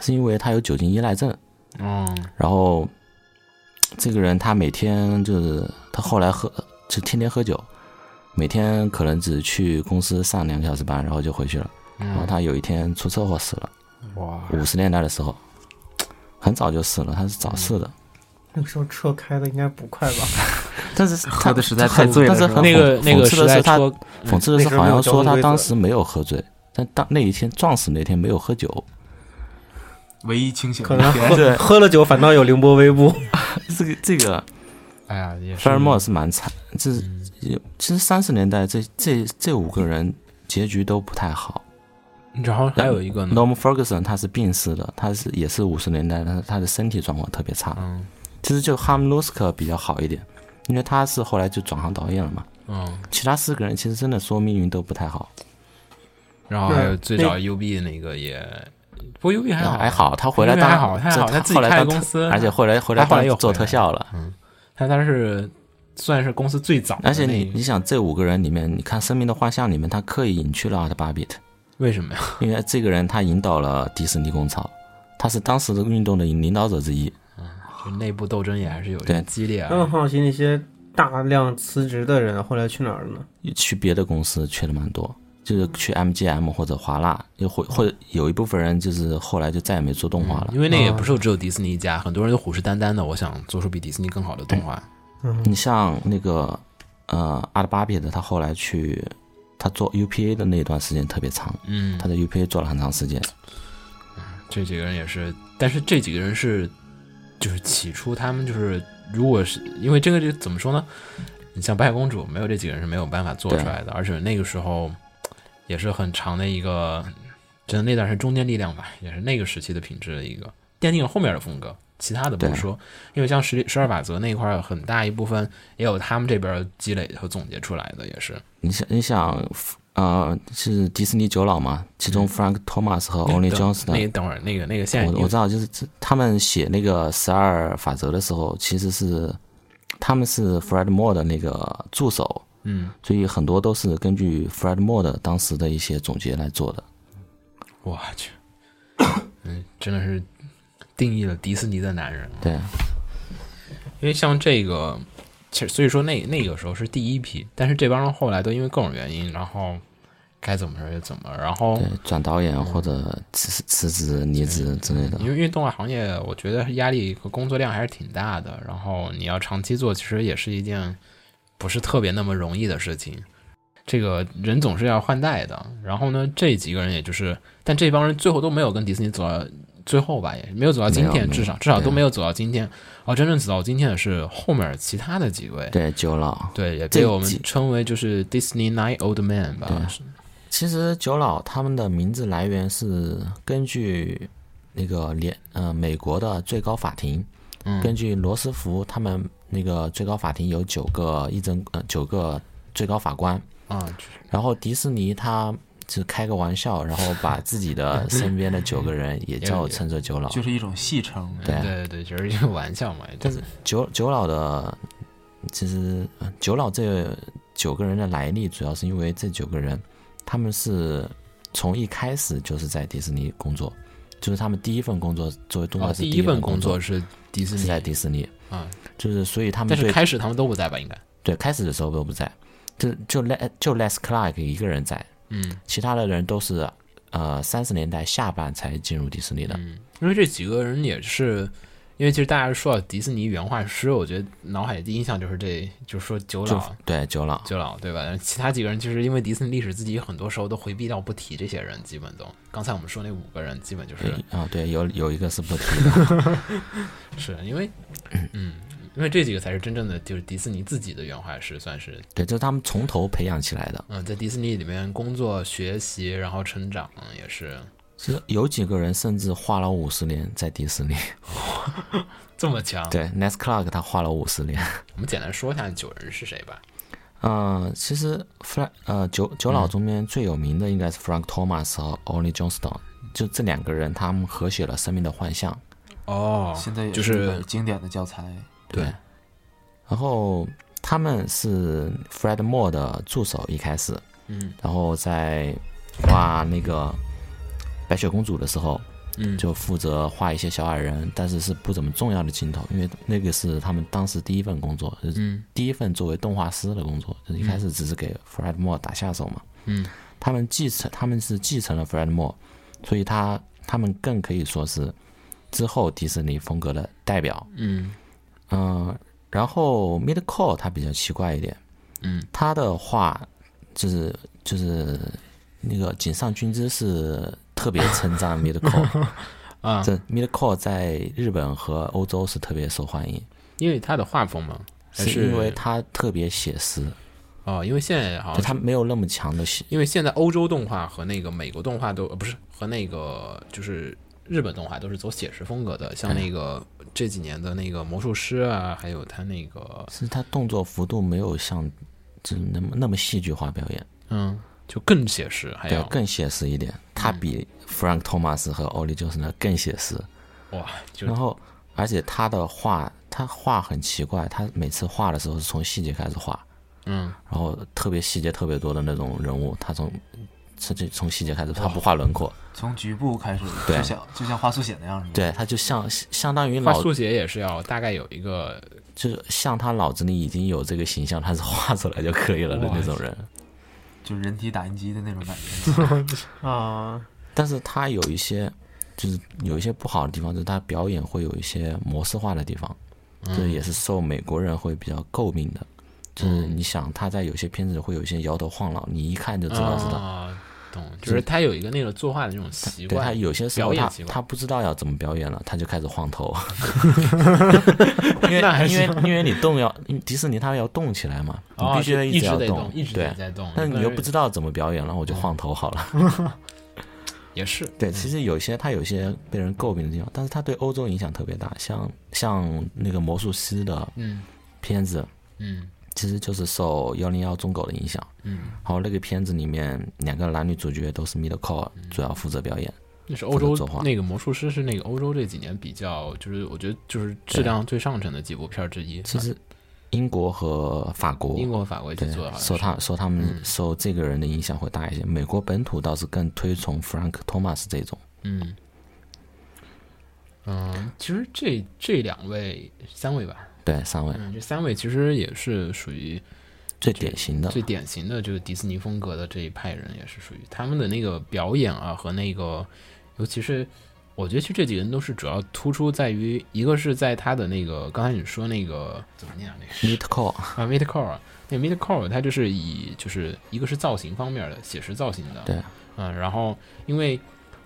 [SPEAKER 2] 是因为他有酒精依赖症，
[SPEAKER 1] 哦。
[SPEAKER 2] 然后这个人他每天就是他后来喝就天天喝酒，每天可能只去公司上两个小时班，然后就回去了。
[SPEAKER 1] 嗯
[SPEAKER 2] 然后他有一天出车祸死了，
[SPEAKER 1] 哇，
[SPEAKER 2] 五十年代的时候，很早就死了，他是早逝的。
[SPEAKER 4] 那个时候车开的应该不快吧？
[SPEAKER 2] 但是他
[SPEAKER 3] 喝得实在
[SPEAKER 2] 他很
[SPEAKER 3] 太醉了
[SPEAKER 2] 但是
[SPEAKER 3] 是吧
[SPEAKER 2] 很
[SPEAKER 1] 那个
[SPEAKER 2] 讽
[SPEAKER 1] 那个
[SPEAKER 2] 讽刺
[SPEAKER 1] 时
[SPEAKER 2] 的
[SPEAKER 1] 代
[SPEAKER 2] 是他
[SPEAKER 1] 车，嗯
[SPEAKER 2] 讽刺的
[SPEAKER 4] 那
[SPEAKER 2] 是
[SPEAKER 4] 时候没
[SPEAKER 2] 好像
[SPEAKER 4] 有交
[SPEAKER 2] 说
[SPEAKER 4] 通
[SPEAKER 2] 他
[SPEAKER 4] 规
[SPEAKER 2] 当
[SPEAKER 4] 则
[SPEAKER 2] 时没有喝醉，但当那一天撞死那天没有喝酒，
[SPEAKER 3] 唯一清醒
[SPEAKER 4] 可
[SPEAKER 3] 的
[SPEAKER 4] 能
[SPEAKER 3] 一天。
[SPEAKER 4] 喝喝了酒反倒有凌波微步。
[SPEAKER 2] 这个这个
[SPEAKER 1] 哎呀，也是嗯
[SPEAKER 2] 菲尔莫是蛮惨，这是其实三十年代这这这五个人结局都不太好。
[SPEAKER 1] 然后还有一个呢，
[SPEAKER 2] Norm Ferguson 他是病逝的，他是也是五十年代，但是他的身体状况特别差。
[SPEAKER 1] 嗯
[SPEAKER 2] 其实就 Ham Lusk 比较好一点，因为他是后来就转行导演了嘛。
[SPEAKER 1] 嗯，
[SPEAKER 2] 其他四个人其实真的说命运都不太好，
[SPEAKER 1] 然后还有最早 UB 那个也，不过 UB 还好
[SPEAKER 2] 还，好他回来
[SPEAKER 1] 因为
[SPEAKER 2] 当
[SPEAKER 1] 还好他还好
[SPEAKER 2] 这
[SPEAKER 1] 他自己
[SPEAKER 2] 后来
[SPEAKER 1] 开
[SPEAKER 2] 当
[SPEAKER 1] 公司
[SPEAKER 2] 特而且后来回来
[SPEAKER 1] 他后来又
[SPEAKER 2] 当做
[SPEAKER 1] 回来嗯
[SPEAKER 2] 特效了。
[SPEAKER 1] 他他是算是公司最早的那，
[SPEAKER 2] 而且你你想这五个人里面，你看《生命的幻象》里面，他刻意隐去了阿德巴比特，
[SPEAKER 1] 为什么呀？
[SPEAKER 2] 因为这个人他引导了迪士尼工潮，他是当时的运动的领导者之一。
[SPEAKER 1] 就内部斗争也还是有
[SPEAKER 2] 对嗯
[SPEAKER 1] 点激烈
[SPEAKER 4] 那我
[SPEAKER 1] 啊，
[SPEAKER 4] 好奇那些大量辞职的人后来去哪儿了呢？
[SPEAKER 2] 去别的公司去了蛮多，就是去 MGM 或者华纳，又或或者有一部分人就是后来就再也没做动画了。嗯
[SPEAKER 1] 因为那个也不是只有迪士尼一家，很多人都虎视眈眈的，我想做出比迪士尼更好的动画。
[SPEAKER 4] 嗯
[SPEAKER 2] 你像那个呃阿德巴比的，他后来去他做 UPA 的那段时间特别长，
[SPEAKER 1] 嗯，
[SPEAKER 2] 他在 UPA 做了很长时间。
[SPEAKER 1] 这几个人也是，但是这几个人是，就是起初他们就是，如果是因为这个这怎么说呢？你像白雪公主，没有这几个人是没有办法做出来的，而且那个时候也是很长的一个，真的那段是中坚力量吧，也是那个时期的品质的一个奠定了后面的风格。其他的不
[SPEAKER 2] 对
[SPEAKER 1] 说，因为像十十二法则那一块儿，很大一部分也有他们这边积累和总结出来的，也是。
[SPEAKER 2] 你想你想呃是迪士尼九老嘛，其中 Frank Thomas 和 Only
[SPEAKER 1] 等
[SPEAKER 2] Johnson
[SPEAKER 1] 那个等会儿那个嗯那个现在
[SPEAKER 2] 我我知道，就是这他们写那个十二法则的时候，其实是他们是 Fred Moore 的那个助手，
[SPEAKER 1] 嗯
[SPEAKER 2] 所以很多都是根据 Fred Moore 的当时的一些总结来做的。
[SPEAKER 1] 我去， (coughs) 嗯，真的是定义了迪士尼的男人。
[SPEAKER 2] 对，
[SPEAKER 1] 因为像这个，其实所以说那那个时候是第一批，但是这帮人后来都因为各种原因，然后该怎么着就怎么，然后
[SPEAKER 2] 对，转导演或者辞辞职、离职之类的。
[SPEAKER 1] 因为因为动画行业，我觉得压力和工作量还是挺大的，然后你要长期做，其实也是一件不是特别那么容易的事情。这个人总是要换代的，然后呢，这几个人也就是，但这帮人最后都没有跟迪士尼走到最后吧，也没有走到今
[SPEAKER 2] 没有
[SPEAKER 1] 天，
[SPEAKER 2] 没有
[SPEAKER 1] 至少至少都
[SPEAKER 2] 对
[SPEAKER 1] 没有走到今天。哦，真正走到今天的是后面其他的几位，
[SPEAKER 2] 对，九老，
[SPEAKER 1] 对，也
[SPEAKER 2] 这
[SPEAKER 1] 被我们
[SPEAKER 2] 几
[SPEAKER 1] 称为就是 Disney Nine Old Man 吧
[SPEAKER 2] 对。
[SPEAKER 1] 是
[SPEAKER 2] 其实九老他们的名字来源是根据那个联呃美国的最高法庭，根
[SPEAKER 1] 嗯
[SPEAKER 2] 据罗斯福他们那个最高法庭有九个议政呃九个最高法官，
[SPEAKER 1] 啊，就是
[SPEAKER 2] 然后迪士尼他只开个玩笑，然后把自己的身边的九个人也叫称作九老，
[SPEAKER 3] 就是一种戏称。
[SPEAKER 2] 对啊
[SPEAKER 1] 对对，就是一个玩笑嘛。
[SPEAKER 2] 但是九九老的其实呃九老这九个人的来历，主要是因为这九个人他们是从一开始就是在迪士尼工作，就是他们第一份工作作为动画
[SPEAKER 1] 哦，
[SPEAKER 2] 师
[SPEAKER 1] 第
[SPEAKER 2] 一
[SPEAKER 1] 份
[SPEAKER 2] 工
[SPEAKER 1] 工作是迪士
[SPEAKER 2] 是
[SPEAKER 1] 尼
[SPEAKER 2] 在，迪士尼，
[SPEAKER 1] 啊，
[SPEAKER 2] 就是所以他们
[SPEAKER 1] 但是
[SPEAKER 2] 对
[SPEAKER 1] 开始他们都不在吧？应该，
[SPEAKER 2] 对，开始的时候都不在，就就 Les 就 Les Clark 一个人在，
[SPEAKER 1] 嗯
[SPEAKER 2] 其他的人都是呃三十年代下半才进入迪士尼的。
[SPEAKER 1] 嗯，因为这几个人也是，因为其实大家说到迪士尼原画师，我觉得脑海第一印象就是这，就是说九
[SPEAKER 2] 就
[SPEAKER 1] 老。
[SPEAKER 2] 对九老，
[SPEAKER 1] 九老对吧？但是其他几个人就是因为迪士尼历史，自己很多时候都回避掉不提这些人，基本都。刚才我们说那五个人，基本就是
[SPEAKER 2] 对啊，对，有有一个是不提的，
[SPEAKER 1] 是因为，嗯，因为这几个才是真正的就是迪士尼自己的原画师，算是
[SPEAKER 2] (laughs) 对，就是他们从头培养起来的。
[SPEAKER 1] 嗯，在迪士尼里面工作、学习，然后成长嗯也是
[SPEAKER 2] 其实有几个人甚至画了五十年在迪士尼。
[SPEAKER 1] 这么强。
[SPEAKER 2] 对，Nes Clark 他画了五十年。
[SPEAKER 1] 我们简单说一下九人是谁吧。
[SPEAKER 2] 嗯、其实 Fra 呃九九老中间最有名的应该是 Frank Thomas 和 Ollie Johnston，就这两个人他们合写了《生命的幻象》。
[SPEAKER 1] 哦
[SPEAKER 3] 现在也
[SPEAKER 1] 就是
[SPEAKER 3] 一
[SPEAKER 1] 是
[SPEAKER 3] 本经典的教材，
[SPEAKER 1] 对，
[SPEAKER 2] 然后他们是 Fred Moore 的助手，一开始，
[SPEAKER 1] 嗯
[SPEAKER 2] 然后在画那个白雪公主的时候，
[SPEAKER 1] 嗯
[SPEAKER 2] 就负责画一些小矮人，但是是不怎么重要的镜头，因为那个是他们当时第一份工作，就是
[SPEAKER 1] 嗯
[SPEAKER 2] 第一份作为动画师的工作，就是一开始只是给 Fred Moore 打下手嘛。
[SPEAKER 1] 嗯
[SPEAKER 2] 他们继承，他们是继承了 Fred Moore，所以他他们更可以说是之后迪士尼风格的代表。
[SPEAKER 1] 嗯
[SPEAKER 2] 嗯，然后 Mid Core 它比较奇怪一点，
[SPEAKER 1] 嗯
[SPEAKER 2] 他的画就是就是那个井上君之是特别称
[SPEAKER 1] (laughs)
[SPEAKER 2] 赞 Mid Core，
[SPEAKER 1] 啊，
[SPEAKER 2] 这 Mid Core 在日本和欧洲是特别受欢迎，
[SPEAKER 1] 因为他的画风嘛，还
[SPEAKER 2] 是因为他特别写实，
[SPEAKER 1] 哦，因为现在好
[SPEAKER 2] 就
[SPEAKER 1] 像
[SPEAKER 2] 他没有那么强的写，
[SPEAKER 1] 因为现在欧洲动画和那个美国动画都呃不是和那个就是日本动画都是走写实风格的，像那个这几年的那个魔术师啊，还有他那个
[SPEAKER 2] 是他动作幅度没有像就是那么那么戏剧化表演，
[SPEAKER 1] 嗯，就更写实，还
[SPEAKER 2] 对
[SPEAKER 1] 有，
[SPEAKER 2] 更写实一点，他比 Frank Thomas 和 Ollie Johnson 更写实，
[SPEAKER 1] 哇，就
[SPEAKER 2] 然后而且他的画他画很奇怪，他每次画的时候是从细节开始画。
[SPEAKER 1] 嗯，
[SPEAKER 2] 然后特别细节特别多的那种人物，他从从这从细节开始，他不画轮廓，
[SPEAKER 3] 从局部开始，
[SPEAKER 2] 对
[SPEAKER 3] 就像就像画速写那样，是吗，
[SPEAKER 2] 对，他就像相当于
[SPEAKER 1] 画
[SPEAKER 2] 脑
[SPEAKER 1] 速写也是要大概有一个，
[SPEAKER 2] 就是像他脑子里已经有这个形象，他是画出来就可以了的
[SPEAKER 1] 哇
[SPEAKER 2] 那种人。
[SPEAKER 3] 就是人体打印机的那种感觉。
[SPEAKER 4] 啊，
[SPEAKER 2] 但是他有一些就是有一些不好的地方，就是他表演会有一些模式化的地方，
[SPEAKER 1] 嗯
[SPEAKER 2] 这也是受美国人会比较诟病的。就是你想他在有些片子会有一些摇头晃脑，你一看就知道是他。
[SPEAKER 1] 啊，懂，就是他有一个那个作画的那种习
[SPEAKER 2] 对他
[SPEAKER 1] 惯，
[SPEAKER 2] 有些时候
[SPEAKER 1] 表演
[SPEAKER 2] 他
[SPEAKER 1] 习惯
[SPEAKER 2] 他不知道要怎么表演了，他就开始
[SPEAKER 1] (laughs)
[SPEAKER 2] 晃头，因
[SPEAKER 1] 那还
[SPEAKER 2] 为因
[SPEAKER 1] 是
[SPEAKER 2] 为因为你动要因为迪士尼它要动起来嘛，你
[SPEAKER 1] 哦
[SPEAKER 2] 必须
[SPEAKER 1] 就
[SPEAKER 2] 得
[SPEAKER 1] 一
[SPEAKER 2] 直要
[SPEAKER 1] 得
[SPEAKER 2] 动，
[SPEAKER 1] 一直
[SPEAKER 2] 对
[SPEAKER 1] 得。在动，
[SPEAKER 2] 但是你又不
[SPEAKER 1] 能
[SPEAKER 2] 知道怎么表演，然后我就晃头好了。
[SPEAKER 1] 也是，
[SPEAKER 2] 对，其实有些他有些被人诟病的地方，但是他对欧洲影响特别大，像像那个魔术师的
[SPEAKER 1] 嗯
[SPEAKER 2] 片子，
[SPEAKER 1] 嗯
[SPEAKER 2] 其实就是受幺零幺中狗的影响。
[SPEAKER 1] 嗯，
[SPEAKER 2] 然后那个片子里面两个男女主角都是 m i d c o r
[SPEAKER 1] 嗯
[SPEAKER 2] 主要负责表演。
[SPEAKER 1] 那是欧
[SPEAKER 2] 负责
[SPEAKER 1] 洲
[SPEAKER 2] 作画
[SPEAKER 1] 那个魔术师是那个欧洲这几年比较，就是我觉得就是质量最上乘的几部片儿之一，
[SPEAKER 2] 其实英国和法国，
[SPEAKER 1] 英国、法国一起
[SPEAKER 2] 对
[SPEAKER 1] 做的，好，像
[SPEAKER 2] 受
[SPEAKER 1] 是
[SPEAKER 2] 他受他们
[SPEAKER 1] 嗯
[SPEAKER 2] 受这个人的影响会大一些。美国本土倒是更推崇 Frank Thomas 这种，
[SPEAKER 1] 嗯，嗯，其实这这两位三位吧，
[SPEAKER 2] 对，三位
[SPEAKER 1] 嗯，这三位其实也是属于
[SPEAKER 2] 最典型的
[SPEAKER 1] 最典型的就是迪士尼风格的这一派人，也是属于他们的那个表演啊和那个，尤其是我觉得其实这几个人都是主要突出在于一个是在他的那个刚才你说那个怎么念啊那个
[SPEAKER 2] Meat Core，
[SPEAKER 1] 啊 m i d Core，啊那 m i d Core 它就是以就是一个是造型方面的写实造型的，
[SPEAKER 2] 对，
[SPEAKER 1] 嗯，然后因为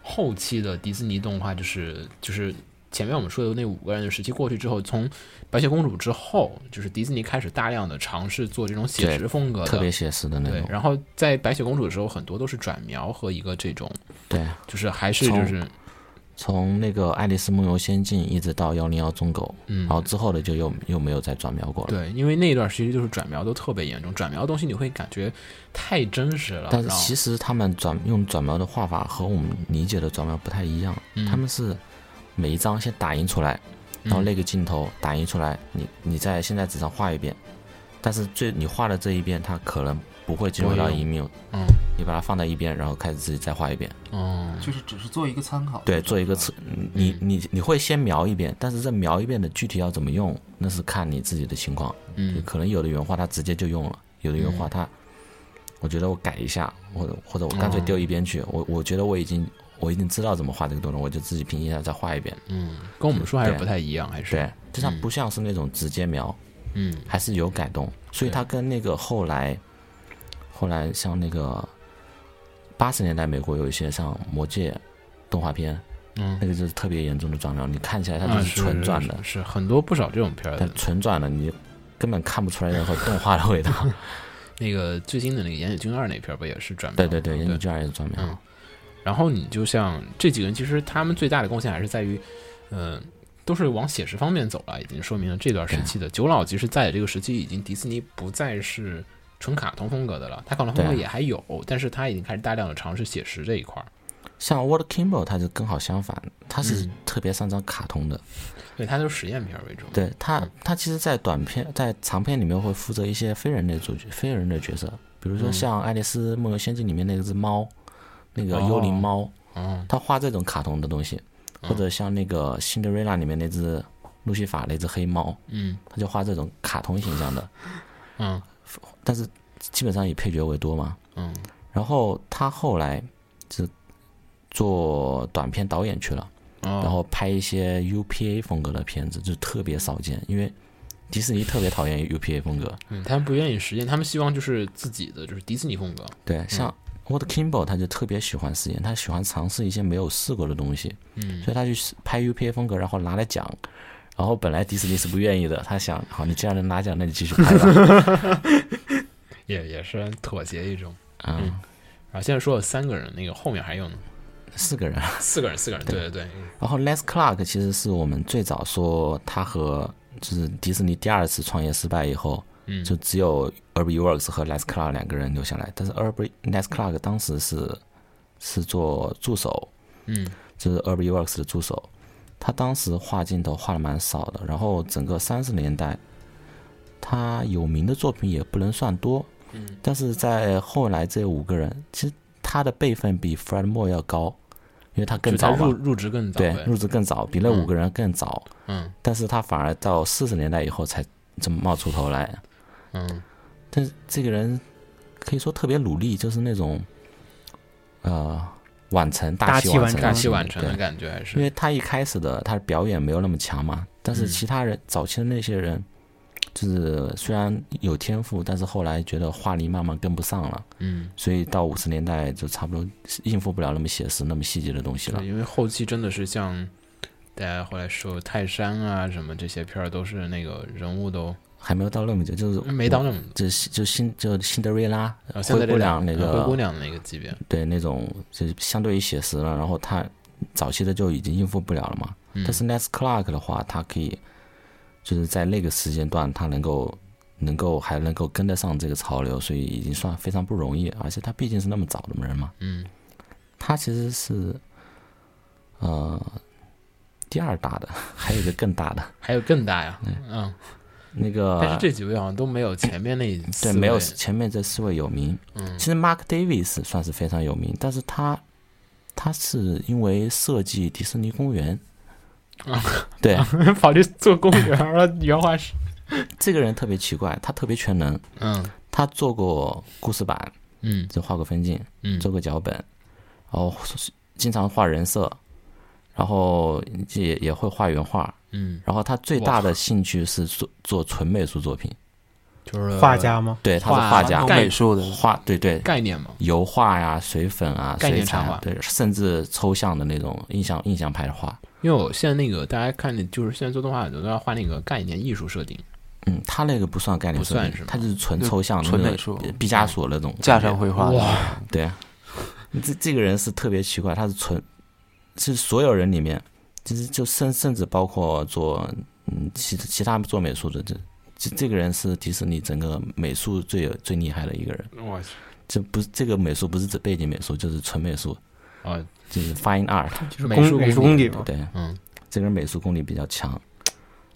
[SPEAKER 1] 后期的迪士尼动画就是就是前面我们说的那五个人的时期过去之后，从白雪公主之后，就是迪士尼开始大量的尝试做这种写
[SPEAKER 2] 对
[SPEAKER 1] 实风格的，
[SPEAKER 2] 特别写实的那
[SPEAKER 1] 对
[SPEAKER 2] 种，，
[SPEAKER 1] 然后在白雪公主的时候，很多都是转描和一个这种，
[SPEAKER 2] 对，
[SPEAKER 1] 就是还是就
[SPEAKER 2] 从
[SPEAKER 1] 是
[SPEAKER 2] 从那个《爱丽丝梦游仙境》一直到《幺零幺忠狗》，
[SPEAKER 1] 嗯
[SPEAKER 2] 然，后之后的就又又没有再转描过了。
[SPEAKER 1] 对，因为那一段时期就是转描都特别严重，转描的东西你会感觉太真实了，
[SPEAKER 2] 但是
[SPEAKER 1] 然后
[SPEAKER 2] 其实他们转用转描的画法和我们理解的转描不太一样，
[SPEAKER 1] 嗯
[SPEAKER 2] 他们是每一张先打印出来，然后
[SPEAKER 1] 嗯
[SPEAKER 2] 那个镜头打印出来，你你在现在纸上画一遍，但是最你画的这一遍，它可能不会进入
[SPEAKER 1] 不
[SPEAKER 2] 到
[SPEAKER 1] 会用
[SPEAKER 2] 荧幕，
[SPEAKER 1] 嗯
[SPEAKER 2] 你把它放在一边，然后开始自己再画一遍。
[SPEAKER 1] 嗯
[SPEAKER 3] 就是只是做一个参考。
[SPEAKER 2] 对，做一个测，你你你会先描一遍，但是这描一遍的具体要怎么用，那是看你自己的情况。就
[SPEAKER 1] 嗯
[SPEAKER 2] 可能有的原画它直接就用了，有的原画它，我觉得我改一下，或者或者我干
[SPEAKER 1] 哦
[SPEAKER 2] 脆丢一边去。我我觉得我已经我已经知道怎么画这个东西了，我就自己拼一下再画一遍。
[SPEAKER 1] 嗯，跟我们说还是
[SPEAKER 2] 对
[SPEAKER 1] 不太一样，还是
[SPEAKER 2] 对，就它不像是那种直接描，
[SPEAKER 1] 嗯
[SPEAKER 2] 还是有改动，所以它跟那个后来后来像那个八十年代美国有一些像《魔戒》动画片，
[SPEAKER 1] 嗯，
[SPEAKER 2] 那个就是特别严重的转描，你看起来它
[SPEAKER 1] 啊
[SPEAKER 2] 就是纯转的，
[SPEAKER 1] 是是很多不少这种片儿
[SPEAKER 2] 但
[SPEAKER 1] 的。
[SPEAKER 2] 纯转的你根本看不出来任何动画
[SPEAKER 1] (laughs)
[SPEAKER 2] 的味道。
[SPEAKER 1] 那个最新的那个《岩野俊二》那片儿不也是转描
[SPEAKER 2] 对
[SPEAKER 1] 的
[SPEAKER 2] 对
[SPEAKER 1] 吗
[SPEAKER 2] 对，岩井俊二也是转
[SPEAKER 1] 嗯
[SPEAKER 2] 描，
[SPEAKER 1] 然后你就像这几个人，其实他们最大的贡献还是在于，嗯、都是往写实方面走了，已经说明了这段时期的九老其实在这个时期已经迪士尼不再是纯卡通风格的了，他卡通风格
[SPEAKER 2] 对啊
[SPEAKER 1] 也还有，但是他已经开始大量的尝试写实这一块儿，
[SPEAKER 2] 像 Walt Kimball 他就刚好相反，他是
[SPEAKER 1] 嗯
[SPEAKER 2] 特别擅长卡通的，
[SPEAKER 1] 对，他都是实验片为主。
[SPEAKER 2] 对
[SPEAKER 1] 嗯
[SPEAKER 2] 他他其实，在短片在长片里面会负责一些非人类主角非人类角色，比如说
[SPEAKER 1] 嗯
[SPEAKER 2] 像《爱丽丝梦游仙境》里面那只猫，那个
[SPEAKER 1] 哦
[SPEAKER 2] 幽灵猫，
[SPEAKER 1] 嗯，
[SPEAKER 2] 他画这种卡通的东西，
[SPEAKER 1] 嗯
[SPEAKER 2] 或者像那个《辛德瑞拉》里面那只路西法那只黑猫，
[SPEAKER 1] 嗯
[SPEAKER 2] 他就画这种卡通形象的，
[SPEAKER 1] 嗯
[SPEAKER 2] 但是基本上以配角为多嘛。
[SPEAKER 1] 嗯
[SPEAKER 2] 然后他后来是做短片导演去了，
[SPEAKER 1] 哦，
[SPEAKER 2] 然后拍一些 UPA 风格的片子，就特别少见，因为迪士尼特别讨厌 UPA 风格。
[SPEAKER 1] 嗯，他们不愿意实验，他们希望就是自己的就是迪士尼风格。
[SPEAKER 2] 对，像 Walt Kimball 他就特别喜欢实验，他喜欢尝试一些没有试过的东西，
[SPEAKER 1] 嗯
[SPEAKER 2] 所以他去拍 UPA 风格，然后拿来奖。然后本来迪士尼是不愿意的，他想，好，你既然能拿奖，那你继续
[SPEAKER 1] (laughs)
[SPEAKER 2] 拍吧。
[SPEAKER 1] 也也是妥协一种。
[SPEAKER 2] 嗯，
[SPEAKER 1] 然后现在说了三个人，那个后面还有呢，
[SPEAKER 2] 四个人。
[SPEAKER 1] 四个人，四个人，对对对，
[SPEAKER 2] 然后 Les Clark 其实是我们最早说他和就是迪士尼第二次创业失败以后，
[SPEAKER 1] 嗯，
[SPEAKER 2] 就只有 Urban Works 和 Les Clark 两个人留下来，但是 Urban Les Clark 当时是是做助手，
[SPEAKER 1] 嗯
[SPEAKER 2] 就是 Urban Works 的助手，他当时画镜头画的蛮少的，然后整个三十年代，他有名的作品也不能算多，
[SPEAKER 1] 嗯，
[SPEAKER 2] 但是在后来这五个人，其实他的辈分比 Fred Moore 要高，因为他更
[SPEAKER 1] 就他
[SPEAKER 2] 早
[SPEAKER 1] 入
[SPEAKER 2] 嘛，
[SPEAKER 1] 入职更早，
[SPEAKER 2] 对，入职更早，比那五个人更早，
[SPEAKER 1] 嗯
[SPEAKER 2] 但是他反而到四十年代以后才这么冒出头来，
[SPEAKER 1] 嗯
[SPEAKER 2] 但是这个人可以说特别努力，就是那种，呃，晚成大器晚成，
[SPEAKER 1] 大器晚成的
[SPEAKER 2] 对，
[SPEAKER 1] 感觉还
[SPEAKER 2] 因
[SPEAKER 1] 是，
[SPEAKER 2] 为他一开始的他的表演没有那么强嘛，但是
[SPEAKER 1] 嗯
[SPEAKER 2] 其他人、早期的那些人，就是虽然有天赋，但是后来觉得画力慢慢跟不上了，
[SPEAKER 1] 嗯，
[SPEAKER 2] 所以到五十年代就差不多应付不了那么写实、那么细节的东西了
[SPEAKER 1] 对，。因为后期真的是像大家后来说泰山啊什么这些片儿，都是那个人物都
[SPEAKER 2] 还没有到那么久，就是
[SPEAKER 1] 没到那么，
[SPEAKER 2] 就是就辛就辛德瑞拉、
[SPEAKER 1] 啊现
[SPEAKER 2] 灰
[SPEAKER 1] 在这
[SPEAKER 2] 姑娘
[SPEAKER 1] 两
[SPEAKER 2] 那
[SPEAKER 1] 啊
[SPEAKER 2] 个
[SPEAKER 1] 灰姑娘那个级别，
[SPEAKER 2] 对那种就是相对于写实了，然后他早期的就已经应付不了了嘛。
[SPEAKER 1] 嗯
[SPEAKER 2] 但是 Nes Clark 的话，他可以就是在那个时间段，他能够能够还能够跟得上这个潮流，所以已经算非常不容易。而且他毕竟是那么早的人嘛，
[SPEAKER 1] 嗯
[SPEAKER 2] 他其实是呃第二大的，还有一个更大的，
[SPEAKER 1] 还有更大呀，嗯
[SPEAKER 2] 那个，
[SPEAKER 1] 但是这几位好像都没有前面那
[SPEAKER 2] 呃对
[SPEAKER 1] 四
[SPEAKER 2] 没有
[SPEAKER 1] 位
[SPEAKER 2] 前面这四位有名。
[SPEAKER 1] 嗯
[SPEAKER 2] 其实 Mark Davis 算是非常有名，但是他他是因为设计迪士尼公
[SPEAKER 3] (laughs)
[SPEAKER 2] 园，
[SPEAKER 3] 啊
[SPEAKER 2] 对
[SPEAKER 1] (laughs) 跑去做公园了，原话是
[SPEAKER 2] 这个人特别奇怪，他特别全能，
[SPEAKER 1] 嗯
[SPEAKER 2] 他做过故事版，
[SPEAKER 1] 嗯
[SPEAKER 2] 就画过分镜，
[SPEAKER 1] 嗯
[SPEAKER 2] 做过脚本，然后经常画人设，然后也也会画原画，
[SPEAKER 1] 嗯，
[SPEAKER 2] 然后他最大的兴趣是做做纯美术作品，
[SPEAKER 1] 就是
[SPEAKER 4] 画家吗？
[SPEAKER 2] 对，他是
[SPEAKER 1] 画
[SPEAKER 2] 画
[SPEAKER 3] 传
[SPEAKER 2] 家
[SPEAKER 3] 统
[SPEAKER 1] 概，
[SPEAKER 3] 美术的，
[SPEAKER 2] 画对对，
[SPEAKER 1] 概念嘛，
[SPEAKER 2] 油画呀、水粉啊、
[SPEAKER 1] 概
[SPEAKER 2] 水
[SPEAKER 1] 念
[SPEAKER 2] 彩
[SPEAKER 1] 插
[SPEAKER 2] 啊
[SPEAKER 1] 画
[SPEAKER 2] 对，甚至抽象的那种印象印象派的画。
[SPEAKER 1] 因为我现在那个大家看的，就是现在做动画很多都要画那个概念艺术设定，
[SPEAKER 2] 嗯，他那个不算概念
[SPEAKER 1] 不
[SPEAKER 2] 设
[SPEAKER 1] 算
[SPEAKER 2] 计
[SPEAKER 1] 是吗
[SPEAKER 2] 他就是纯
[SPEAKER 3] 就
[SPEAKER 2] 抽象的
[SPEAKER 3] 纯
[SPEAKER 2] 那
[SPEAKER 3] 美
[SPEAKER 2] 种
[SPEAKER 3] 术
[SPEAKER 1] 嗯
[SPEAKER 2] 毕毕加索那种
[SPEAKER 3] 架
[SPEAKER 2] 感
[SPEAKER 3] 上
[SPEAKER 2] 觉
[SPEAKER 3] 绘画的，
[SPEAKER 2] 对啊，这这个人是特别奇怪，他是纯是所有人里面，其实就甚甚至包括做嗯其其他做美术的这这这个人是迪士尼整个美术最有最厉害的一个人。
[SPEAKER 1] 我去
[SPEAKER 2] 这不是这个美术不是指背景美术，就是纯美术，
[SPEAKER 1] 啊，
[SPEAKER 2] 就是 fine art。
[SPEAKER 1] 就是
[SPEAKER 4] 功
[SPEAKER 1] 术
[SPEAKER 4] 美术
[SPEAKER 1] 功
[SPEAKER 4] 功
[SPEAKER 1] 底，
[SPEAKER 4] 底嘛，
[SPEAKER 2] 对，
[SPEAKER 1] 嗯，
[SPEAKER 2] 这个人美术功力比较强。